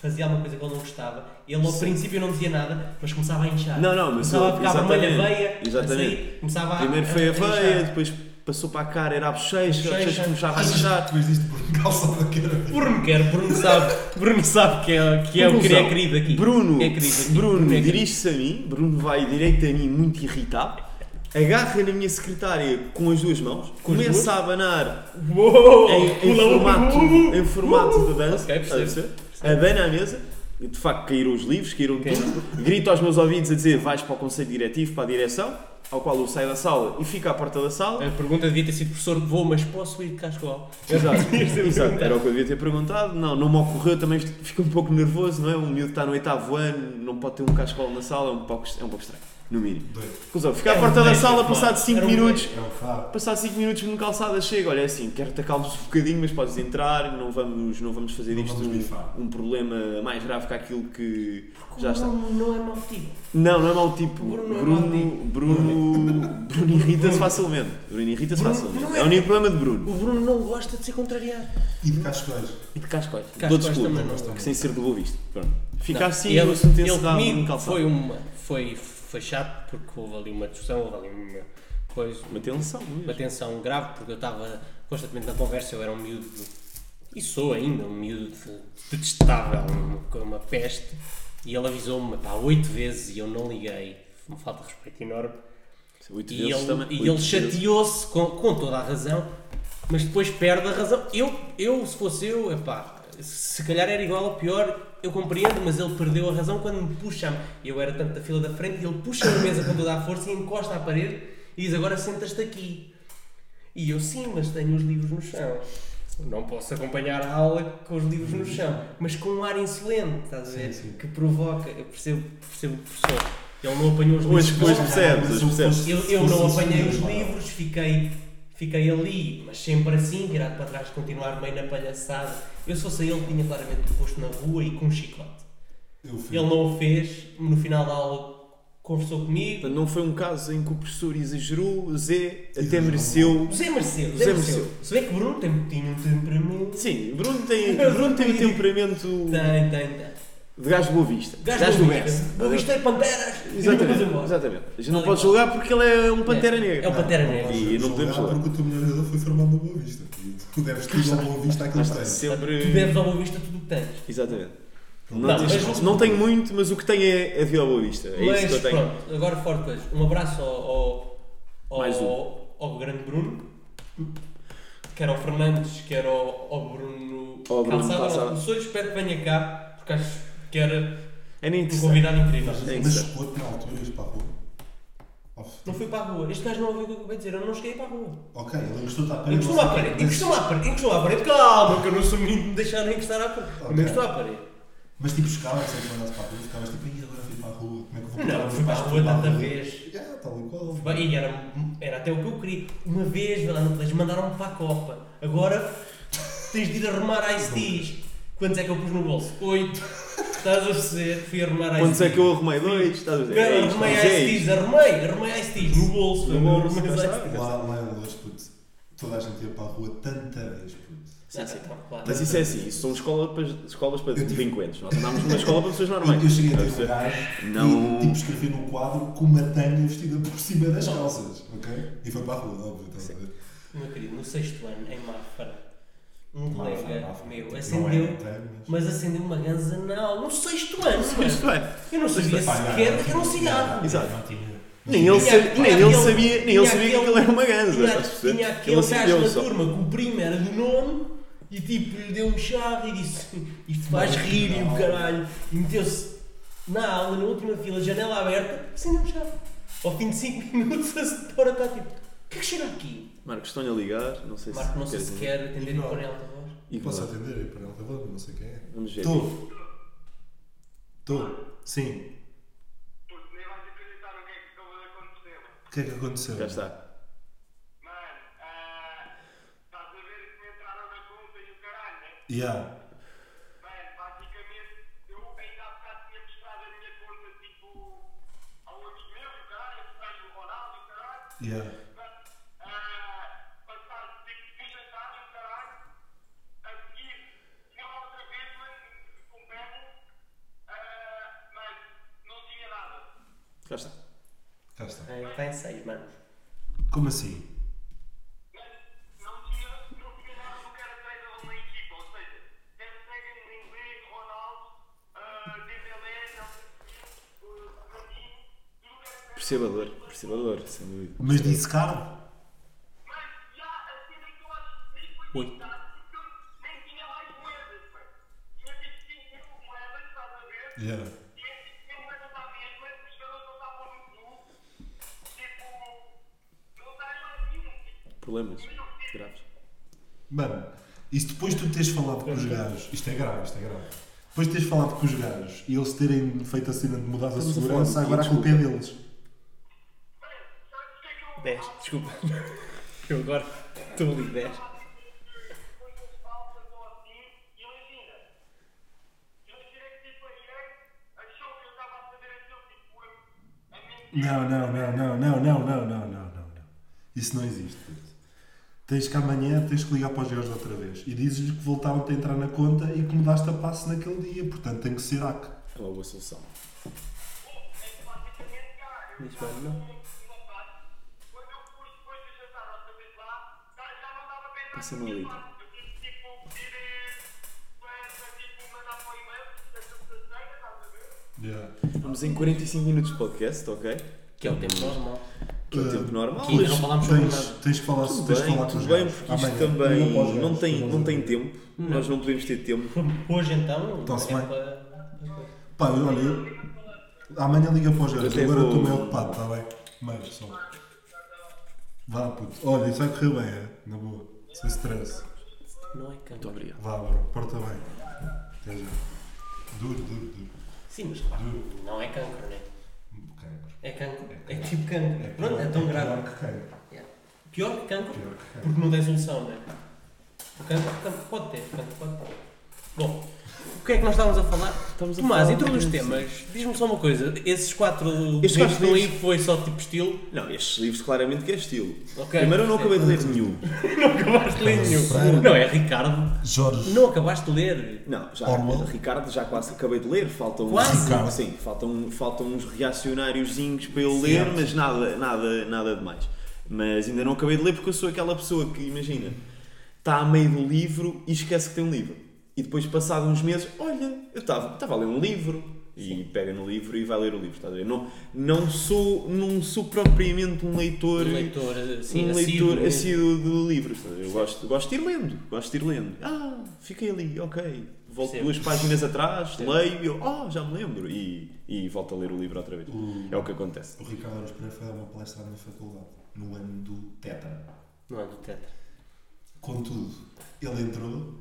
fazia alguma coisa que ele não gostava, ele ao princípio não dizia nada, mas começava a inchar. Não, não, mas Começava a eu- ficar vermelha a exatamente, veia, exatamente. a sair, começava a- Primeiro foi a inchar. veia, depois passou para a cara, era a bochecha, a bochecha Bochecha. começava a Achas que rachar. depois disto por calçada que era? Bruno quer, Bruno sabe, Bruno sabe que é, que é o que Conclusão. é querido aqui. Bruno, Que é querido aqui. Bruno, Bruno é querido. dirige-se a mim, Bruno vai direito a mim muito irritado, agarra na minha secretária com as duas mãos, Com as começa duas? a abanar Uou, em, em pula, um. pula, formato, pula. um. em formato de dança, Ok, percebo, estás a perceber? abana a mesa, e de facto caíram os livros, caíram tudo, grito aos meus ouvidos a dizer vais para o conselho diretivo, para a direção, ao qual eu saio da sala e fico à porta da sala. A pergunta devia ter sido, professor, vou, mas posso ir de cascoal? Exato, é exato, era o que eu devia ter perguntado. Não, não me ocorreu, também fico um pouco nervoso, não é? Um miúdo que está no oitavo ano, não pode ter um cascola na sala, é um pouco, é um pouco estranho, no mínimo. Doido. Conclusão, fico à Era um porta da leite, sala, pá. passado 5 Era um minutos, É um fado. passado 5 minutos num calçada chega, olha é assim, quero te acalmar um bocadinho, mas podes entrar, não vamos, não vamos fazer Não disto vamos um- bifar. um, problema mais grave que aquilo que já está. Não, não é mau tipo. Não, não é mau tipo. Bruno Bruno, é mau Bruno, é- Bruno, irrita-se facilmente. Bruno irrita-se Bruno- facilmente. Bruno É o é- único problema de Bruno. O Bruno não gosta de ser contrariado. E de cascões. E de cascóis. Cascóis Dou desculpa, também não gosto. que sem ser do Boa Vista. Pronto. Fica Não, assim, ele- o assunto ele encerrado comigo no calçado. Foi, uma, foi, foi chato porque houve ali uma discussão, houve ali uma coisa, Uma tensão mesmo. uma tensão grave porque eu estava constantemente na conversa, eu era um miúdo de- e sou ainda um miúdo de- detestável, uma, uma peste, e ele avisou-me pá, oito vezes e eu não liguei, me falta de respeito enorme. Oito E vezes ele, também. e Oito ele vezes. chateou-se com, com toda a razão, mas depois perde a razão. Eu, eu se fosse eu, epá, se calhar era igual ou pior, eu compreendo, mas ele perdeu a razão quando me puxa. Eu era tanto da fila da frente, ele puxa a mesa com toda a força e encosta à parede e diz: Agora sentas-te aqui. E eu, sim, mas tenho os livros no chão. Não posso acompanhar a aula com os livros no chão, mas com um ar insolente, estás a ver? Sim, sim. Que provoca. Eu percebo, percebo o professor. Ele não apanhou os livros Hoje, no hoje chão. percebes, hoje percebes. Eu, eu não apanhei os livros, fiquei, fiquei ali, mas sempre assim, virado para trás, continuar meio na palhaçada. Eu se fosse ele, tinha claramente posto na rua e com um chicote. Eu fui. Ele não o fez, no final da aula conversou comigo. Portanto, Não foi um caso em que o professor exagerou, Zé até Exagerou. mereceu. Zé Marcelo, Zé Zé Marcelo. Marcelo. Se bem que Bruno tem, tinha um temperamento. Sim, Bruno tem, Bruno tem um temperamento Tem, tem, tem. de gajo de Boa Vista. Gajo do Bessa. Vista. Do Vista é Panteras. e nunca mais Exatamente, embora. exatamente. A gente não Não pode importa. julgar porque ele é um pantera É. negra. É um Pantera Negra. E não podemos julgar falar. Porque o teu melhor jogador foi formado no Boa Vista. E Tu deves tudo ao Boa Vista Lá àqueles está, tempos. Tu sempre. deves ao Boa Vista tudo o que tens. Exatamente. Não, Não, tens- mas- não tenho muito, mas o que tenho é, é de Boa Vista. É isso que Mas eu tenho. pronto, agora forte coisa. Um abraço ao, ao, ao, Mais um. ao grande Bruno, quer ao Fernandes, quer ao, ao Bruno Ao Bruno Calçada, Calçada. nosso professor. Espero que venha cá, porque acho que era É nem um interessante. convidado incrível. É Mas interessante. escoto na altura ias para a rua. Off. Não fui para a rua. Este gajo não ouviu o que eu acabei de dizer. Eu não cheguei para a rua. Ok, ele encostou-te à parede. Encostou-me à parede. Encostou-me à parede. Encostou-me à parede. Calma, que eu não sou menino de me deixar nem encostar à parede. Ok. Mas Encostou à parede. Mas tipo, chegava, sempre mandaste para a rua, ficavas tipo, e agora fui para a rua, como é que eu vou contar Não, aos fui para a pais que rua fui para tanta vez. Yeah, tal e qual. Bem, E era, era até o que eu queria. Uma vez, vai lá no colégio, mandaram-me para a Copa. Agora tens de ir arrumar ICTs. Quantos é que eu pus no bolso? Oito. Estás a perceber? Fui arrumar ICTs. Quantos é que eu arrumei? Dois? Estás a dizer? É Não, isto, arrumei mas é isto. ICTs, arrumei, arrumei ICTs no bolso. No agora bolso, arrumei cá ICTs. está. Lá, lá em Lourdes, puto, toda a gente ia para a rua tanta vez, puto. Sim, sim. Ah, claro. Mas isso é assim, isso são escola para- escolas para Eu tive- delinquentes. Nós andámos numa escola para pessoas normais. Eu, eu cheguei a Estás a ter um perceber? gajo Não. e tipo, escrevi num quadro com uma tanga vestida por cima das calças, ok? E foi para a rua, óbvio, estás a ver? Meu querido, no sexto ano, em Mafra, um Lá, colega lá, lá. meu tipo, Não é? acendeu, era tanga, mas- mas acendeu uma ganza na aula. No sexto ano, Mas mano. bem. Eu não sabia Pá, não, sequer não que era um tinha- cigarro. Exato. é Não tinha. Nem ele, Tinha- sabia, nem tinha ele aquele- sabia, nem ele tinha sabia que aquele- aquilo era uma ganza. Tinha, estás a perceber? tinha Ele aquele sabia, gajo ele da só- turma que o primo era do nono e tipo lhe deu um charro e disse isto faz Não, rir e o não. caralho e meteu-se na aula, na última fila, janela aberta, sem dar um charro. Ao fim de 5 minutos a senhora está tipo, o que é que chega aqui? Marcos, estão-lhe a ligar. Não sei se. Marco, não sei queres um se dizer. quer atender Não. o coronel da voz. E posso Ignora. atender aí para ele, eu não sei quem é. Vamos ver. Estou. Estou. Sim. Puto, nem vais acreditar o que é que acabou de acontecer. O que é que aconteceu? Já está. Mano, ah, estás a ver que me entraram na conta e o caralho, né? Yeah. Mano, basicamente, eu ainda há bocado tinha mostrado a minha conta, tipo, a um amigo meu e o caralho, esse gajo, o Ronaldo e o caralho. Yeah. Mano, ah, passado, tipo, fui jantar e o caralho. A seguir, tinha lá outra vez, mano, com bebo. Ah, mano, não tinha nada. Já está. Cá está. Ah, Está em 6, mano. Como assim? Não tinha, não tinha nada do que era treino de uma equipa, ou seja, eles pegam o Inglês, Ronaldo, uh, Dembélé, Nelson Smith, uh, Coutinho, tudo o que era treino. Perceba a dor. Perceba a dor, sem dúvida. Mas disse caro? Mas já a cena que eu acho que nem foi Oi. citada, porque eu nem tinha mais moedas, mano. Tinha tipo 5 mil moedas, estás a ver? Yeah. E esses 5 mil moedas à mesma, os jogadores não estavam no clube, tipo, problemas graves. Mano, isso depois de tu teres falado com os gajos, isto é grave, isto é grave. Depois de teres falado com os gajos e eles terem feito a cena de mudar a Estamos a segurança, falar de agora a quê? culpa é deles. Dez. 10, desculpa. Eu agora estou ali 10. Não, não, não, não, não, não, não, não, não, não, não. Isso não existe. puto. Tens que amanhã, tens que ligar para os gajos outra vez e dizes-lhes que voltaram-te a entrar na conta e que mudaste a passe naquele dia, portanto tem que ser AC. É logo a solução. Diz, mano, não. Passa-me a letra. tipo, Yeah. Vamos em 45 minutos de podcast, ok? Que é o tempo normal. Que é o tempo normal. que ainda não falámos sobre Tens, nada. tens que falar, Tudo tens que bem, falar com os tudo bem, gajos. Ah, porque isto Amanhã. também Liga para os não gajos, tem, para não os tem outros. tempo. Nós não podemos ter tempo. Hoje então, Tá-se é bem. para... Pá, eu- olha, eu... amanhã liga para os gajos, até agora vou- estou meio ocupado, está bem? Mas só. Vá, puto. Olha, isso vai correr bem, é? Na boa. Sem stress. Não é Muito câmara. obrigado. Vá, bro, porta bem. Até já. Duro, duro, duro. Sim, mas repara, Duro. não é cancro, né? Cancro. É cancro. É É tipo cancro. Pronto, é tão grave. Pior que cancro. Pior que cancro, Pior que cancro. porque não tens noção, né? O cancro, cancro pode ter, cancro pode ter. Bom, o que é que nós estávamos a falar? Estamos a Tomás, falar entre os de- temas, diz-me só uma coisa. Esses quatro livros Estes quatro que estão aí livros- foi só tipo estilo? Não, estes livros claramente que é estilo. Ok. Primeiro eu não acabei de ler nenhum. Não acabaste de ler nenhum. Sim. Não, é Ricardo. Jorge. Não acabaste de ler. Não, já Orwell. Ricardo já quase acabei de ler. Faltam Quase? Ricardo. sim, faltam, faltam uns reacionáriozinhos para eu ler, Certo. mas nada, nada, nada demais. Mas ainda não acabei de ler porque eu sou aquela pessoa que imagina, está a meio do livro e esquece que tem um livro. E depois, passado uns meses, olha, eu estava estava a ler um livro e pega no livro e vai ler o livro. Estás a ver? Não, não, sou, não sou propriamente um leitor Um leitor, assim, um assíduo leitor mesmo. assíduo de livros. estás a ver? Eu gosto, gosto de ir lendo, gosto de ir lendo. Ah, fiquei ali, ok. Volto Percebo. duas páginas atrás, Percebo. leio e eu, ah, já me lembro. E, e volto a ler o livro outra vez. Hum. É o que acontece. O Ricardo Aros Pereira foi dar uma palestra na faculdade, no ano do Tetra. Não é do tetra. Contudo, ele entrou,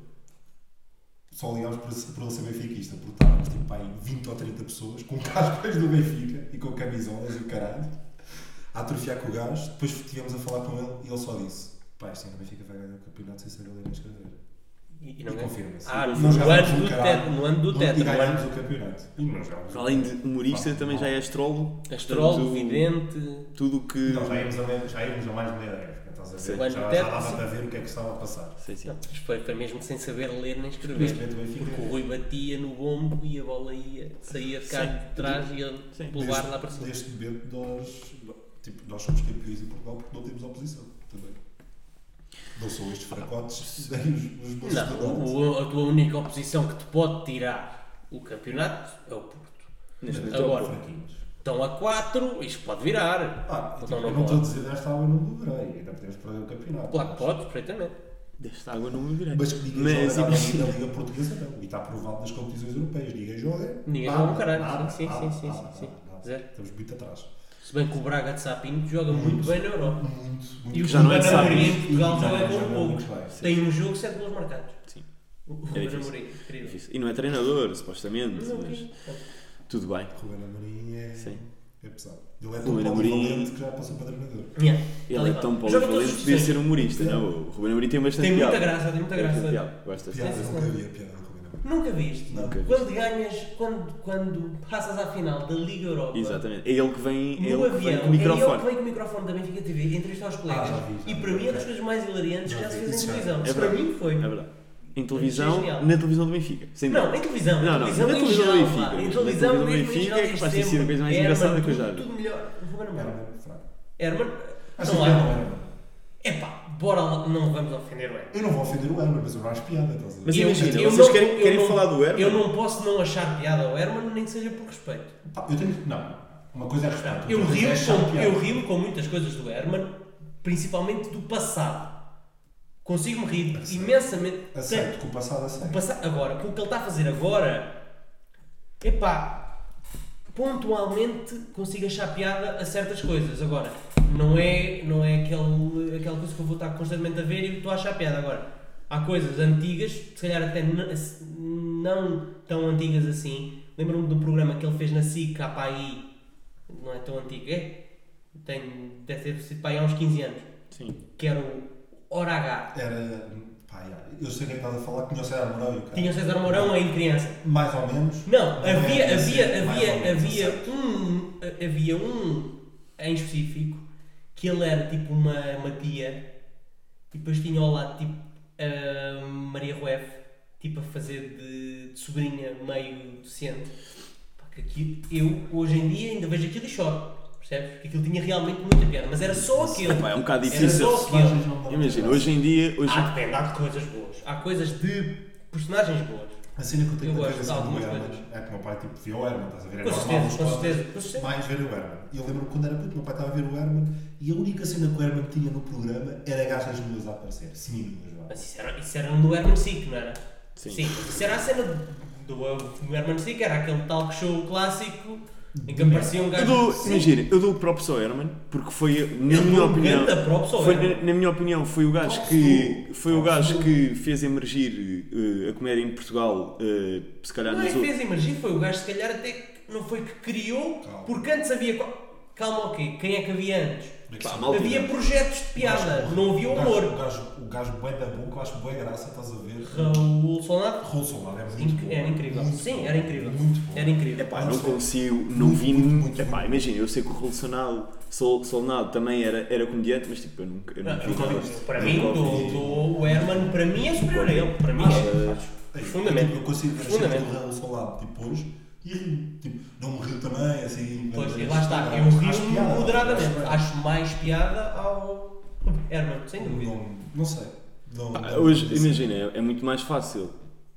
só ligámos para, para ele ser benfiquista, porque estávamos tipo aí 20 ou 30 pessoas com cascas do Benfica e com camisolas e o caralho, a atrofiar com o gajo. Depois estivemos a falar com ele e ele só disse: Pá, este ano o Benfica vai ganhar o campeonato sem saber ler nem escrever. E, E confirma-se. Ah, no, Não jogámos ano um do caralho. tetra. No ano do Não- E tetra. No ganhámos ano o campeonato. E não jogámos. Além de humorista, também já é astrólogo. astrólogo, um Portanto, vidente. Tudo o que. Não, já íamos a, me- já íamos a mais de meia época, estás a Sim. ver? Já, já Tetra, dava sim. para ver o que é que estava a passar. Sim, sim. Não, mas foi, foi mesmo sem saber ler nem Neste escrever. momento o Porque Benfica o Rui batia no bombo e a bola ia, saía de cá Sim. de trás e ele Sim. pelo ar lá para cima. Neste momento nós, tipo, nós somos campeões em Portugal porque não temos oposição também. Não são estes fracotes nem os, os bolsos Ah, Não, da Norte. o- o- a tua única oposição que te pode tirar o campeonato é o Porto. Neste momento é o então, Agora, Porto. estão a 4, isto pode virar. Ah, Então tipo, não eu não estou a pode. dizer desta água não beberei, ainda podemos perder o campeonato. Claro que pode, perfeitamente. Desta água não me virei. Mas que ninguém Mas joga nada imagina. na Liga Portuguesa não. E está aprovado nas competições europeias. Ninguém joga. Ninguém nada, joga um caralho. nada, Sim, sim, nada, sim, sim, nada, sim, nada, sim. nada. Zero. Estamos muito atrás. Se bem que o Braga de Sapinto joga muito bem na Europa. Muito, muito. E o Já não é de Ruben Amorim Sapinto. em Portugal Já joga não é com de poucos. Sapinto, sim. Tem um jogo, 7 gols marcados. Sim. O É Ruben difícil. É Amorim, incrível. E não é treinador, supostamente. Não, Tá Mas não. tudo bem. Ruben Amorim é, Sim. é pesado. Ele é tão Ruben Amorim- polivalente que já passou para treinador. Yeah, tá Ele é ligado. tão Joga todas as polivalente que podia ser posições. humorista. Sim. Não, o Ruben Amorim tem bastante Tem muita piada. graça, tem muita bastante graça. piada. Gosto bastante. Piada, Sim, sim. nunca havia piada do Ruben Amorim. Nunca viste? Nunca vi. Quando ganhas, quando, quando passas à final da Liga Europa, Exatamente. É ele que vem, é no ele que vem avião, com o é ele microfone. Ah, que vem com o microfone da Benfica TV e entrevista aos colegas. já vi, já e vi. para mim é das coisas mais hilariantes que Já já se vi, fez em isso já vi. televisão. É para verdade. mim foi. É verdade. Em televisão, genial. na televisão do Benfica. Sem Não, dúvida. em televisão. Não, em não, televisão, na em televisão geral, do Benfica, pá, na Em televisão televisão do mesmo, em Benfica geral, é capaz de diz ser a sempre, coisa mais Herman, engraçada que eu tudo- já vi. Ah, Tudo melhor. Ruben Era Amorim. um fraco. Herman, Acho não que era um há. Herman. Epá, bora lá, não vamos ofender o Herman. Eu não vou ofender o Herman, mas eu não acho piada. Estás a ver? Mas Eu- imagina, eu vocês não- querem, eu querem não- falar do Herman? Eu não posso não achar piada ao Herman, nem que seja por respeito. Pá, eu tenho. Não. Uma coisa é respeito. Eu outra coisa rio, é achar com, piada. eu rio com muitas coisas do Herman, principalmente do passado. Consigo-me rir imensamente. Aceito, Tanto com o passado o aceito. passa- Agora, com o que ele está a fazer agora, epá, pontualmente consigo achar piada a certas coisas. Agora, não é, não é aquele, aquela coisa que eu vou estar constantemente a ver e estou a achar piada. Agora, há coisas antigas, se calhar até n- s- não tão antigas assim. Lembro-me de um programa que ele fez na SIC, há pá aí, não é tão antigo, é? Tem, deve ter sido para aí há uns 15 anos, Sim. que era o Hora H. Era. Pá, já, eu sei o que é que estás a falar, conheço a Mourão e o cara. Tinha o César Mourão aí criança. Mais ou menos. Não, é havia, assim, havia, mais ou havia, menos, havia assim. um, havia um em específico que ele era tipo uma, uma tia e depois tinha ao lado tipo a Maria Rueff tipo a fazer de, de sobrinha meio docente. Pá, que aquilo, eu hoje em dia ainda vejo aquilo e choro, percebes? Porque aquilo tinha realmente muita piada, mas era só aquilo. Epá, é um bocado Era difícil. só Personagens aquilo. não dão Imagina, graça. hoje em dia. Hoje... Ah, depende, há coisas boas. Há coisas de personagens boas. A cena que eu tenho Eu na gosto de cabeça do algumas Herman coisas. é que o meu pai tipo, via o Herman, estás a ver? É Com normal certeza, nos com quadros, certeza, com certeza. Mais ver o Herman. E eu lembro-me quando era puto, meu pai estava a ver o Herman e a única cena que o Herman tinha no programa era gajas nuas a aparecer. Sim, nuas, vá. Mas isso era, isso era no Herman Sick, não era? Sim. Isso era a cena do, do, do Herman Sick, era aquele talk show clássico em que aparecia um Eu gajo. dou, Sim. imagina, eu dou props ao Herman, porque foi, na Eu minha dou opinião, ganda props ao foi, Herman. na, na minha opinião, foi o gajo Props que do- foi o props gajo do- que fez emergir eh, a comédia em Portugal, eh, se calhar Não é nos que outros. fez emergir, foi o gajo, se calhar até que não foi que criou, Calma. porque antes havia. co- Calma, ok, quem é que havia antes? Pá, Sim. malta, havia projetos de piada, não havia O gajo- humor. O gajo, o gajo bué da boca, eu acho bué graça, estás a ver? Raul Solnato Raul Solado é muito Inc- bom. era incrível. Muito Sim, bom, era incrível. Muito bom. Era incrível. Ah, Epá, não consigo, não Muito, vi. muito, muito, epá, muito. imagina, eu sei que o Rolsonado, Sol, Solnado também era, era comediante, mas tipo, eu nunca, eu Não, nunca vi eu- nada. eu- para Eu mim, nunca do, vi. do- o Herman, para mim é superior a ele. Para mim é. Ei, Profundamente. Eu, eu consigo ver sempre Profundamente. do Raul Solado depois tipo, e rio. Tipo, não me rio também, assim. Pois, mas- e lá está, é eu acho rio piada, moderadamente. acho- Acho mais piada ao Herman, sem dúvida. Não, não sei. Não- Pá, não- Hoje, não sei. imagina, é, é muito mais fácil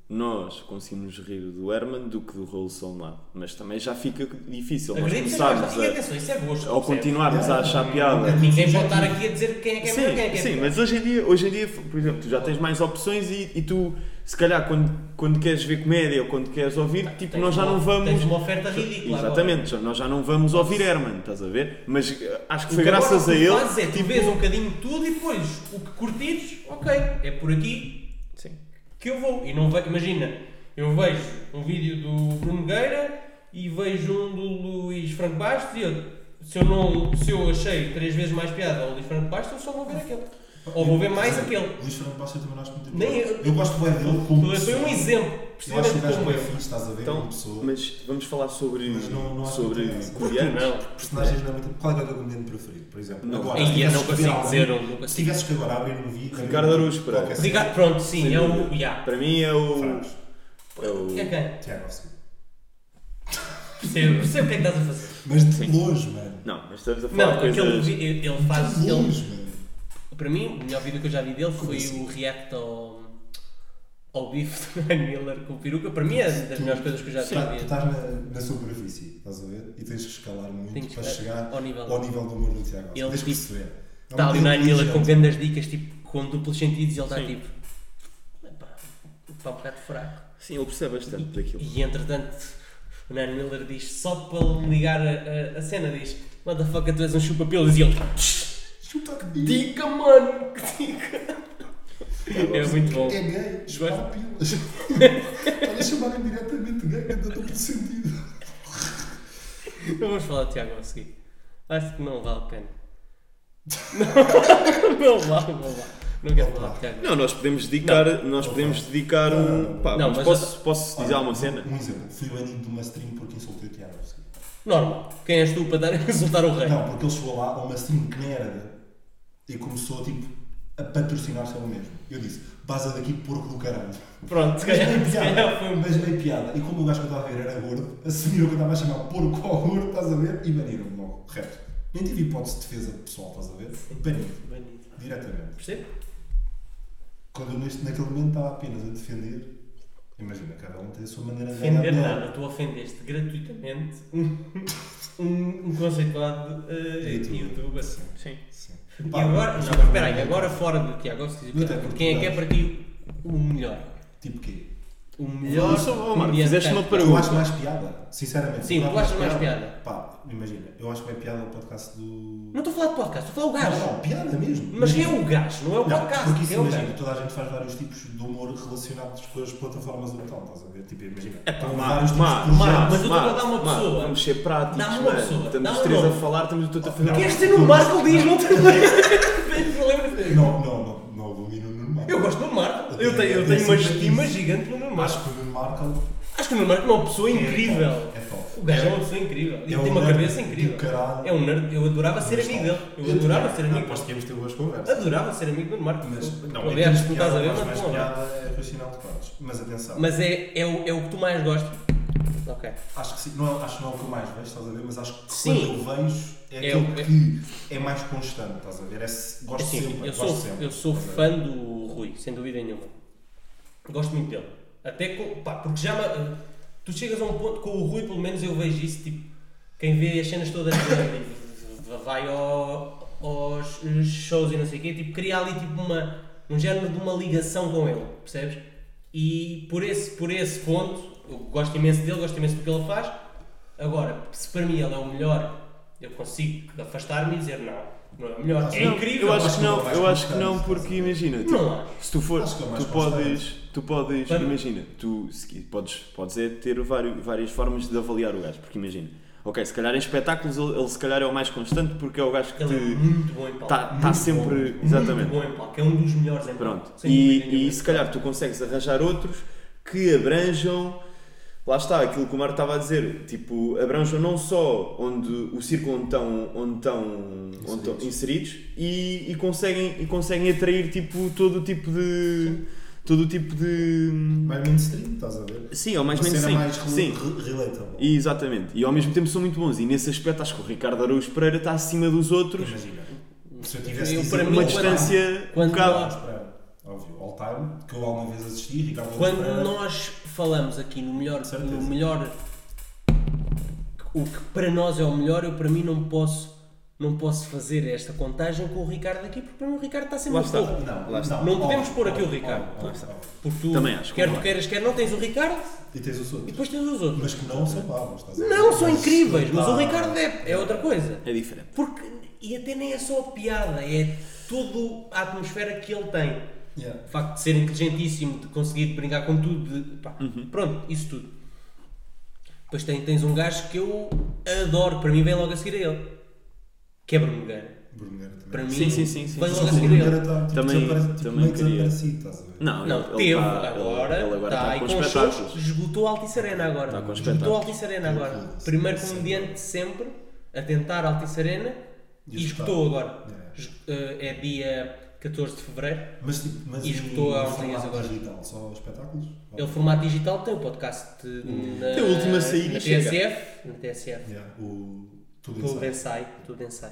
nós conseguirmos rir do Herman do que do Raul Solnado, mas também já fica difícil. Nós Acredito que seja mais começarmos fácil. E a. atenção, isso é gosto. ao percebe? continuarmos a achar é piada. Ninguém pode estar aqui a dizer quem é que é melhor, Sim, quem é que é sim, melhor. mas hoje em dia, hoje em dia, por exemplo, tu já tens mais opções e, e tu, se calhar, quando, quando queres ver comédia ou quando queres ouvir, tipo, Tens nós já uma- não vamos. Tens uma oferta ridícula. agora. Exatamente, já- nós já não vamos ouvir Herman, estás a ver? Mas eh, acho que O foi que agora graças tu a ele. fazes é, tu tipo, vês um bocadinho de tudo e depois o que curtires, ok, é por aqui Sim. que eu vou. E não ve- imagina, eu vejo um vídeo do Bruno Nogueira e vejo um do Luís Franco Bastos e eu, se eu, não, se eu achei três vezes mais piada ao Luís Franco Bastos, eu só vou ver aquele. Ou vou ver mais aquele. Luís Fernando Passa eu também não acho muito Nem importante. eu- eu. gosto bem dele como Foi um pessoa. exemplo, Eu acho que o precisamente gajo como bem eu. fixe, estás a ver, Então, como pessoa. mas vamos falar sobre, Mas não- não há sobre muita graça. coreanos. Não. Personagens não é muito... Qual é que é o teu comediante preferido, por exemplo? Não. Agora, Aí se eu tivesses não que consigo ver algum- dizer, eu não Se consigo. tivesses que agora abrir um vídeo... Ricardo Araújo Pereira. Qualquer cena, Obrigado, pronto, sim, é o. Yeah. Para mim é o. Francos. É o. É quem? Tchaikovsky. Percebo, percebo o que é que estás a fazer. Mas de longe, mano. Não, mas estamos a falar Não, de aquele coisas. vi- ele faz. De Ele, longe, mano. Para mim, o melhor vídeo que eu já vi dele foi assim? o react ao, ao bife do Ryan Miller com peruca. Para mim é das melhores coisas que eu já Tu tá- tu vi. estás na, na superfície, estás a ver? E tens que escalar muito Tens que para chegar chegar ao nível. do humor do Tiago. Ele Tens que disse- perceber. É um Está ali o bocadinho Ryan Miller com inteligente. grandes dicas, tipo, com duplos sentidos e ele está Sim. tipo. "Epá, Está um bocado fraco. Sim, ele percebe bastante daquilo. E entretanto, o Ryan Miller diz, só para ele me ligar a, a- a cena, diz: Motherfucker, tu és um chupapelos. E ele, Chuta que digo. dica, mano, que dica. É muito bom. É gay, espalha pilas. Olha, chamarem diretamente gay, ainda estou por sentido. Não vamos falar de Tiago a seguir. Acho que não vale a pena. Não, não vale, não vale. Não quero falar de Tiago. Não, nós podemos dedicar, nós podemos dedicar um. Pá, Não, mas, mas- posso, posso dizer alguma cena? Um exemplo. Fui banido de uma stream porque insultei o Tiago. Normal. Quem és tu para dar a insultar o rei? Não, porque ele chegou lá a uma stream que nem era dele e começou tipo a patrocinar-se ele mesmo. Eu disse, baza daqui porco do caralho. Pronto, se Mas calhar, nem se calhar piada, foi um mas nem piada. E como o gajo que eu estava a ver era gordo, assumiram que eu estava a chamar porco ao gordo, estás a ver? E baniram-me logo, reto. Nem tive hipótese de defesa pessoal, estás a ver? Banido, banido. diretamente. Percebe? Quando eu neste, naquele momento estava apenas a defender, imagina, cada um tem a sua maneira de ganhar Ofender dinheiro. nada. Tu ofendeste gratuitamente um, um, um conceituado eh, YouTube. youtuber. Sim. Sim. E Pá, agora, mas não, agora- é. espera aí, agora fora do Tiago, se diz o Não tem quê? quem é que é para ti o melhor? Tipo quê? O melhor. Wilson, oh, Marco, comediante fizeste uma cá. pergunta. Eu acho mais piada, sinceramente. Sim, Eu tu achas mais Pá, imagina, eu acho bem piada o podcast do. Não estou a falar de podcast, estou a falar do Não, gajo. não, piada mesmo. Mas quem é o gajo? Não é o Não, podcast. porque isso quem é o imagina, gajo? toda a gente faz vários tipos de humor relacionados com as plataformas do metal, estás a ver? Tipo, imagina. É Pá, vários tipos Marco, de Marco, projetos. mas eu estou a Marco, dar uma Marco, pessoa. Vamos ser práticos, Dá-me uma mano. pessoa, Estamos dá-me os um três a nome. falar, estamos todos a fazer. Não. Queres ter um Marco Dias? Não te lembras? Não, não, não, não abomino o Nuno Marco. Eu gosto do Marco. É Eu tenho- eu tenho uma sempre estima isso. gigante pelo Nuno Marco. Acho que o Nuno Marco Acho que o Nuno Marco é uma pessoa é incrível. top, É top. O gajo é uma pessoa incrível. Ele É um tem uma nerd cabeça do incrível. caralho. É um nerd. Eu adorava ser Mas amigo top. dele. Eu adorava ser amigo. Aposto que íamos ter boas conversas. Adorava ser amigo do Nuno Marco. Mas, Aliás, não, em tu termos de estás a ver, piada, mas mais não. piada é racional de quadros. Mas atenção, Mas é, é, o, é o que tu mais gostas. Ok. acho que sim, não, é- acho que não é o que eu mais vejo, estás a ver? Mas acho que Sim. quando eu vejo é É aquilo o- é- que é mais constante, estás a ver? É, se- gosto Assim, sempre, eu gosto sou, sempre. eu sou estás a ver? fã do Rui, sem dúvida nenhuma. Gosto muito dele. Até com, pá, porque já me- tu chegas a um ponto com o Rui, pelo menos eu vejo isso, tipo, quem vê as cenas todas dele e vai ao- aos shows e não sei o quê, tipo, cria ali tipo uma, um género de uma ligação com ele, percebes? E por esse, por esse ponto, eu gosto imenso dele, gosto imenso do que ele faz. Agora, se para mim ele é o melhor, eu consigo afastar-me e dizer não, não é o melhor. é Não, incrível, Eu mas- acho que não, eu acho que não, Acho que é mais porque imagina, Não acho. tipo, se tu for, Acho que é mais tu podes, constante. tu podes, Para- imagina, tu se qui- podes, podes é ter vários, várias formas de avaliar o gajo, porque imagina, ok, se calhar em espetáculos ele, ele se calhar é o mais constante porque é o gajo que Ele é te, muito bom em palco. tá, tá sempre, exatamente, Muito bom em palco. É um dos melhores em palco. pronto, sem dúvida e, nenhuma. e se calhar tu consegues arranjar outros que abranjam, lá está, aquilo que o Marco estava a dizer, tipo, abranjam não só onde, o círculo onde estão, onde estão, onde estão inseridos e, e conseguem, e conseguem atrair, tipo, todo o tipo de... todo o tipo de... Mais mainstream, estás a ver? Sim, ou mais Uma menos cena sim. mais rel- sim. re- relatable. E, exatamente. E ao mesmo tempo são muito bons. E nesse aspecto acho que o Ricardo Araújo Pereira está acima dos outros. Imagina, se eu tivesse Eu, de para dizer mim, Uma quando- distância um quando bocado. nós- Espera, óbvio, all time, que eu alguma vez assisti, Ricardo Quando Pereira. nós falamos aqui no melhor, Certeza. no melhor, o que para nós é o melhor, eu para mim não posso, não posso fazer esta contagem com o Ricardo aqui, porque para mim o Ricardo está sempre Lá no está. topo. Não, Lá está. não, Não podemos óbvio, pôr aqui o óbvio, Ricardo. óbvio, óbvio. Porque tu, Também acho, é. quer tu concordo. queiras, quer não, tens o Ricardo E tens os e outros. depois tens os outros. Mas que não são maus, estás a ver? Não, são Mas incríveis, mas o dá- Ricardo é, é outra coisa. É diferente. Porque, e até nem é só a piada, é toda a atmosfera que ele tem. Yeah. O facto de ser inteligentíssimo, de conseguir brincar com tudo, de, pá, Uhum. pronto, isso tudo. Depois tem- tens um gajo que eu adoro, para mim vem logo a seguir a ele. Que é Bruno Nogueira. Bruno Nogueira também. Para mim, Sim, sim, sim, sim. vem Só logo a que o seguir a Bruno ele. Nogueira tá, tipo, Também- desaparecido, tipo, também meio queria. desaparecido, estás a ver? Não, Não, ele, tá- ele teve, está- agora, ele, ele agora está está, aí com com espetáculos. shows, esgotou a Altice Arena agora. Está esgotou a com espetáculos. Altice Arena agora. Sim, Primeiro sim. comediante de sempre a tentar a Altice Arena E e esgotar. esgotou agora. É. Es- eh, É dia 14 de Fevereiro. Mas, tipo, mas E esgotou em há uns formato dias agora. digital, só espetáculos? Ele, formato digital, tem o podcast na, Tem a última saída, na chega. TSF. Na TSF. Yeah, o... Tudo Tudo ensaio. ensai, tudo ensai.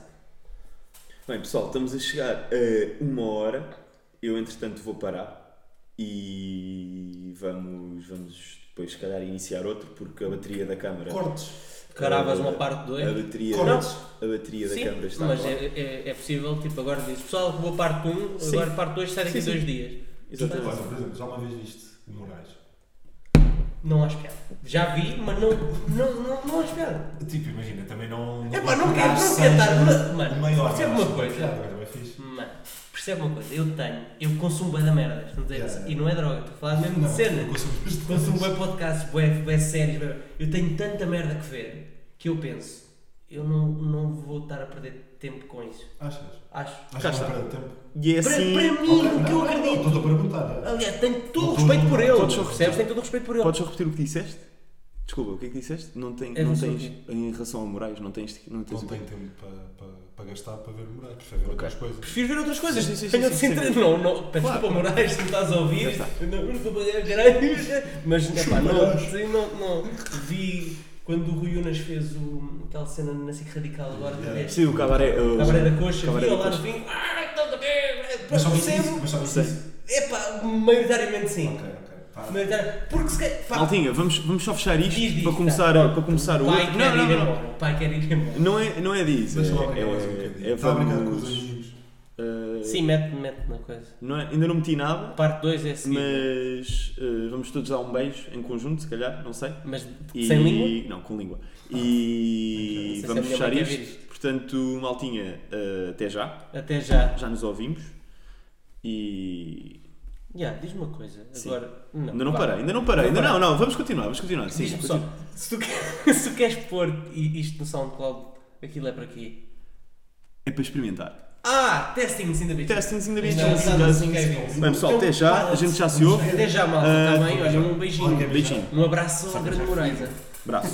Bem, pessoal, estamos a chegar a uma hora. Eu, entretanto, vou parar e vamos, vamos depois, se calhar, iniciar outro porque a bateria da câmara. Cortes. Caravas Eh, uma parte A 2. bateria, Cortes. a bateria da Sim, câmara está. mas lá. é, é- é possível, tipo, agora diz pessoal, boa parte 1, Sim. agora parte 2 sai daqui Sim, sim. dois dias. Exatamente. Então, Olha, por exemplo, já uma vez viste o Moraes. Não acho piada. Já vi, mas não, não, não, não acho piada. Tipo, imagina, também não... É pá, não o quero- gajo não quero seja estar- mas- mano, o maior, percebe mas uma é coisa? piada, Agora é fixe. Mano, percebe uma coisa, eu tenho, eu consumo bem da merda, não tenho, Yeah. e não é droga, estou a falar mesmo Não, de cena. eu consumo isto. Consumo bem podcasts, bem, bem séries, bué- eu tenho tanta merda que ver que eu penso, eu não, não vou estar a perder tempo com isso. Achas? Acho. Achas Cá que está. não perde tempo? E é Para, assim. para mim, Ok, o não, que eu não, acredito. Estou-te a perguntar. é. Aliás, tenho todo o Não, respeito não, por não, ele. podes só Percebes? Tenho todo o respeito por ele. Podes só repetir o que disseste? Desculpa, o que é que disseste? Não, tem, É não isso, tens. ok. Em relação ao Moraes, não tens. Não tens Não o é tem tempo para, para, para gastar para ver Moraes, prefere ver outras coisas. Prefiro ver outras coisas. Sim, sim, sim, Tenho sim, de sim. Não, não. Peço Claro. desculpa, Moraes, se me estás a ouvir. Já Não, não estou a fazer caralho. Mas, epá, não, sim, não, não. Vi quando o Rui Unas fez o, aquela cena na SIC Radical agora de Yeah. Sim, o cabaré. O Cabaré da Coxa, Cabaré da vi lá no Coxa. um fim. Ah, então também. Mas só viste isso? Percebo. Mas só viste Sim. isso? Epá, maioritariamente sim. Ok, ok. tá. Pá. Maioritariamente. Porque se calhar. pá, Maltinha, vamos, vamos só fechar isto Diz, diz, para tá. começar, para começar O o pai outro. quer Não, não, ir não. embora. O pai quer ir embora. Não é, não é disso. Deixa lá É, brincar mais um é, Tá bocadinho. é Está a brincar com vamos. os amigos. eh, eh, Sim, mete, mete na coisa. não é- ainda não meti nada, Parte 2 é a seguir. mas eh, vamos todos dar um beijo em conjunto, se calhar, não sei. Mas E- sem língua? Ah, Não, com língua. E Ok, não sei se é vamos a minha fechar mãe quer ver isto. isto. Portanto, maltinha, eh, até já. Até já. Já nos ouvimos. E. Já, diz uma coisa. Sim. Agora. Ainda não vá. parei, ainda não parei. Ainda parei. não, não, vamos continuar, vamos continuar. Sim, Diz-me só. continua. Se tu, quer- se tu queres pôr i- isto no SoundCloud, aquilo é para quê? É para experimentar. Ah, testing in the bitch. Testings in the Mas bitch. não, Testings in the não, bitch. não, não, não, não. Bem, pessoal, até já. A gente já se ouve. Até já, malta. Ah, Está bem? Olha, um beijinho. Beijinho. Um abraço ao grande Moreira. Abraço.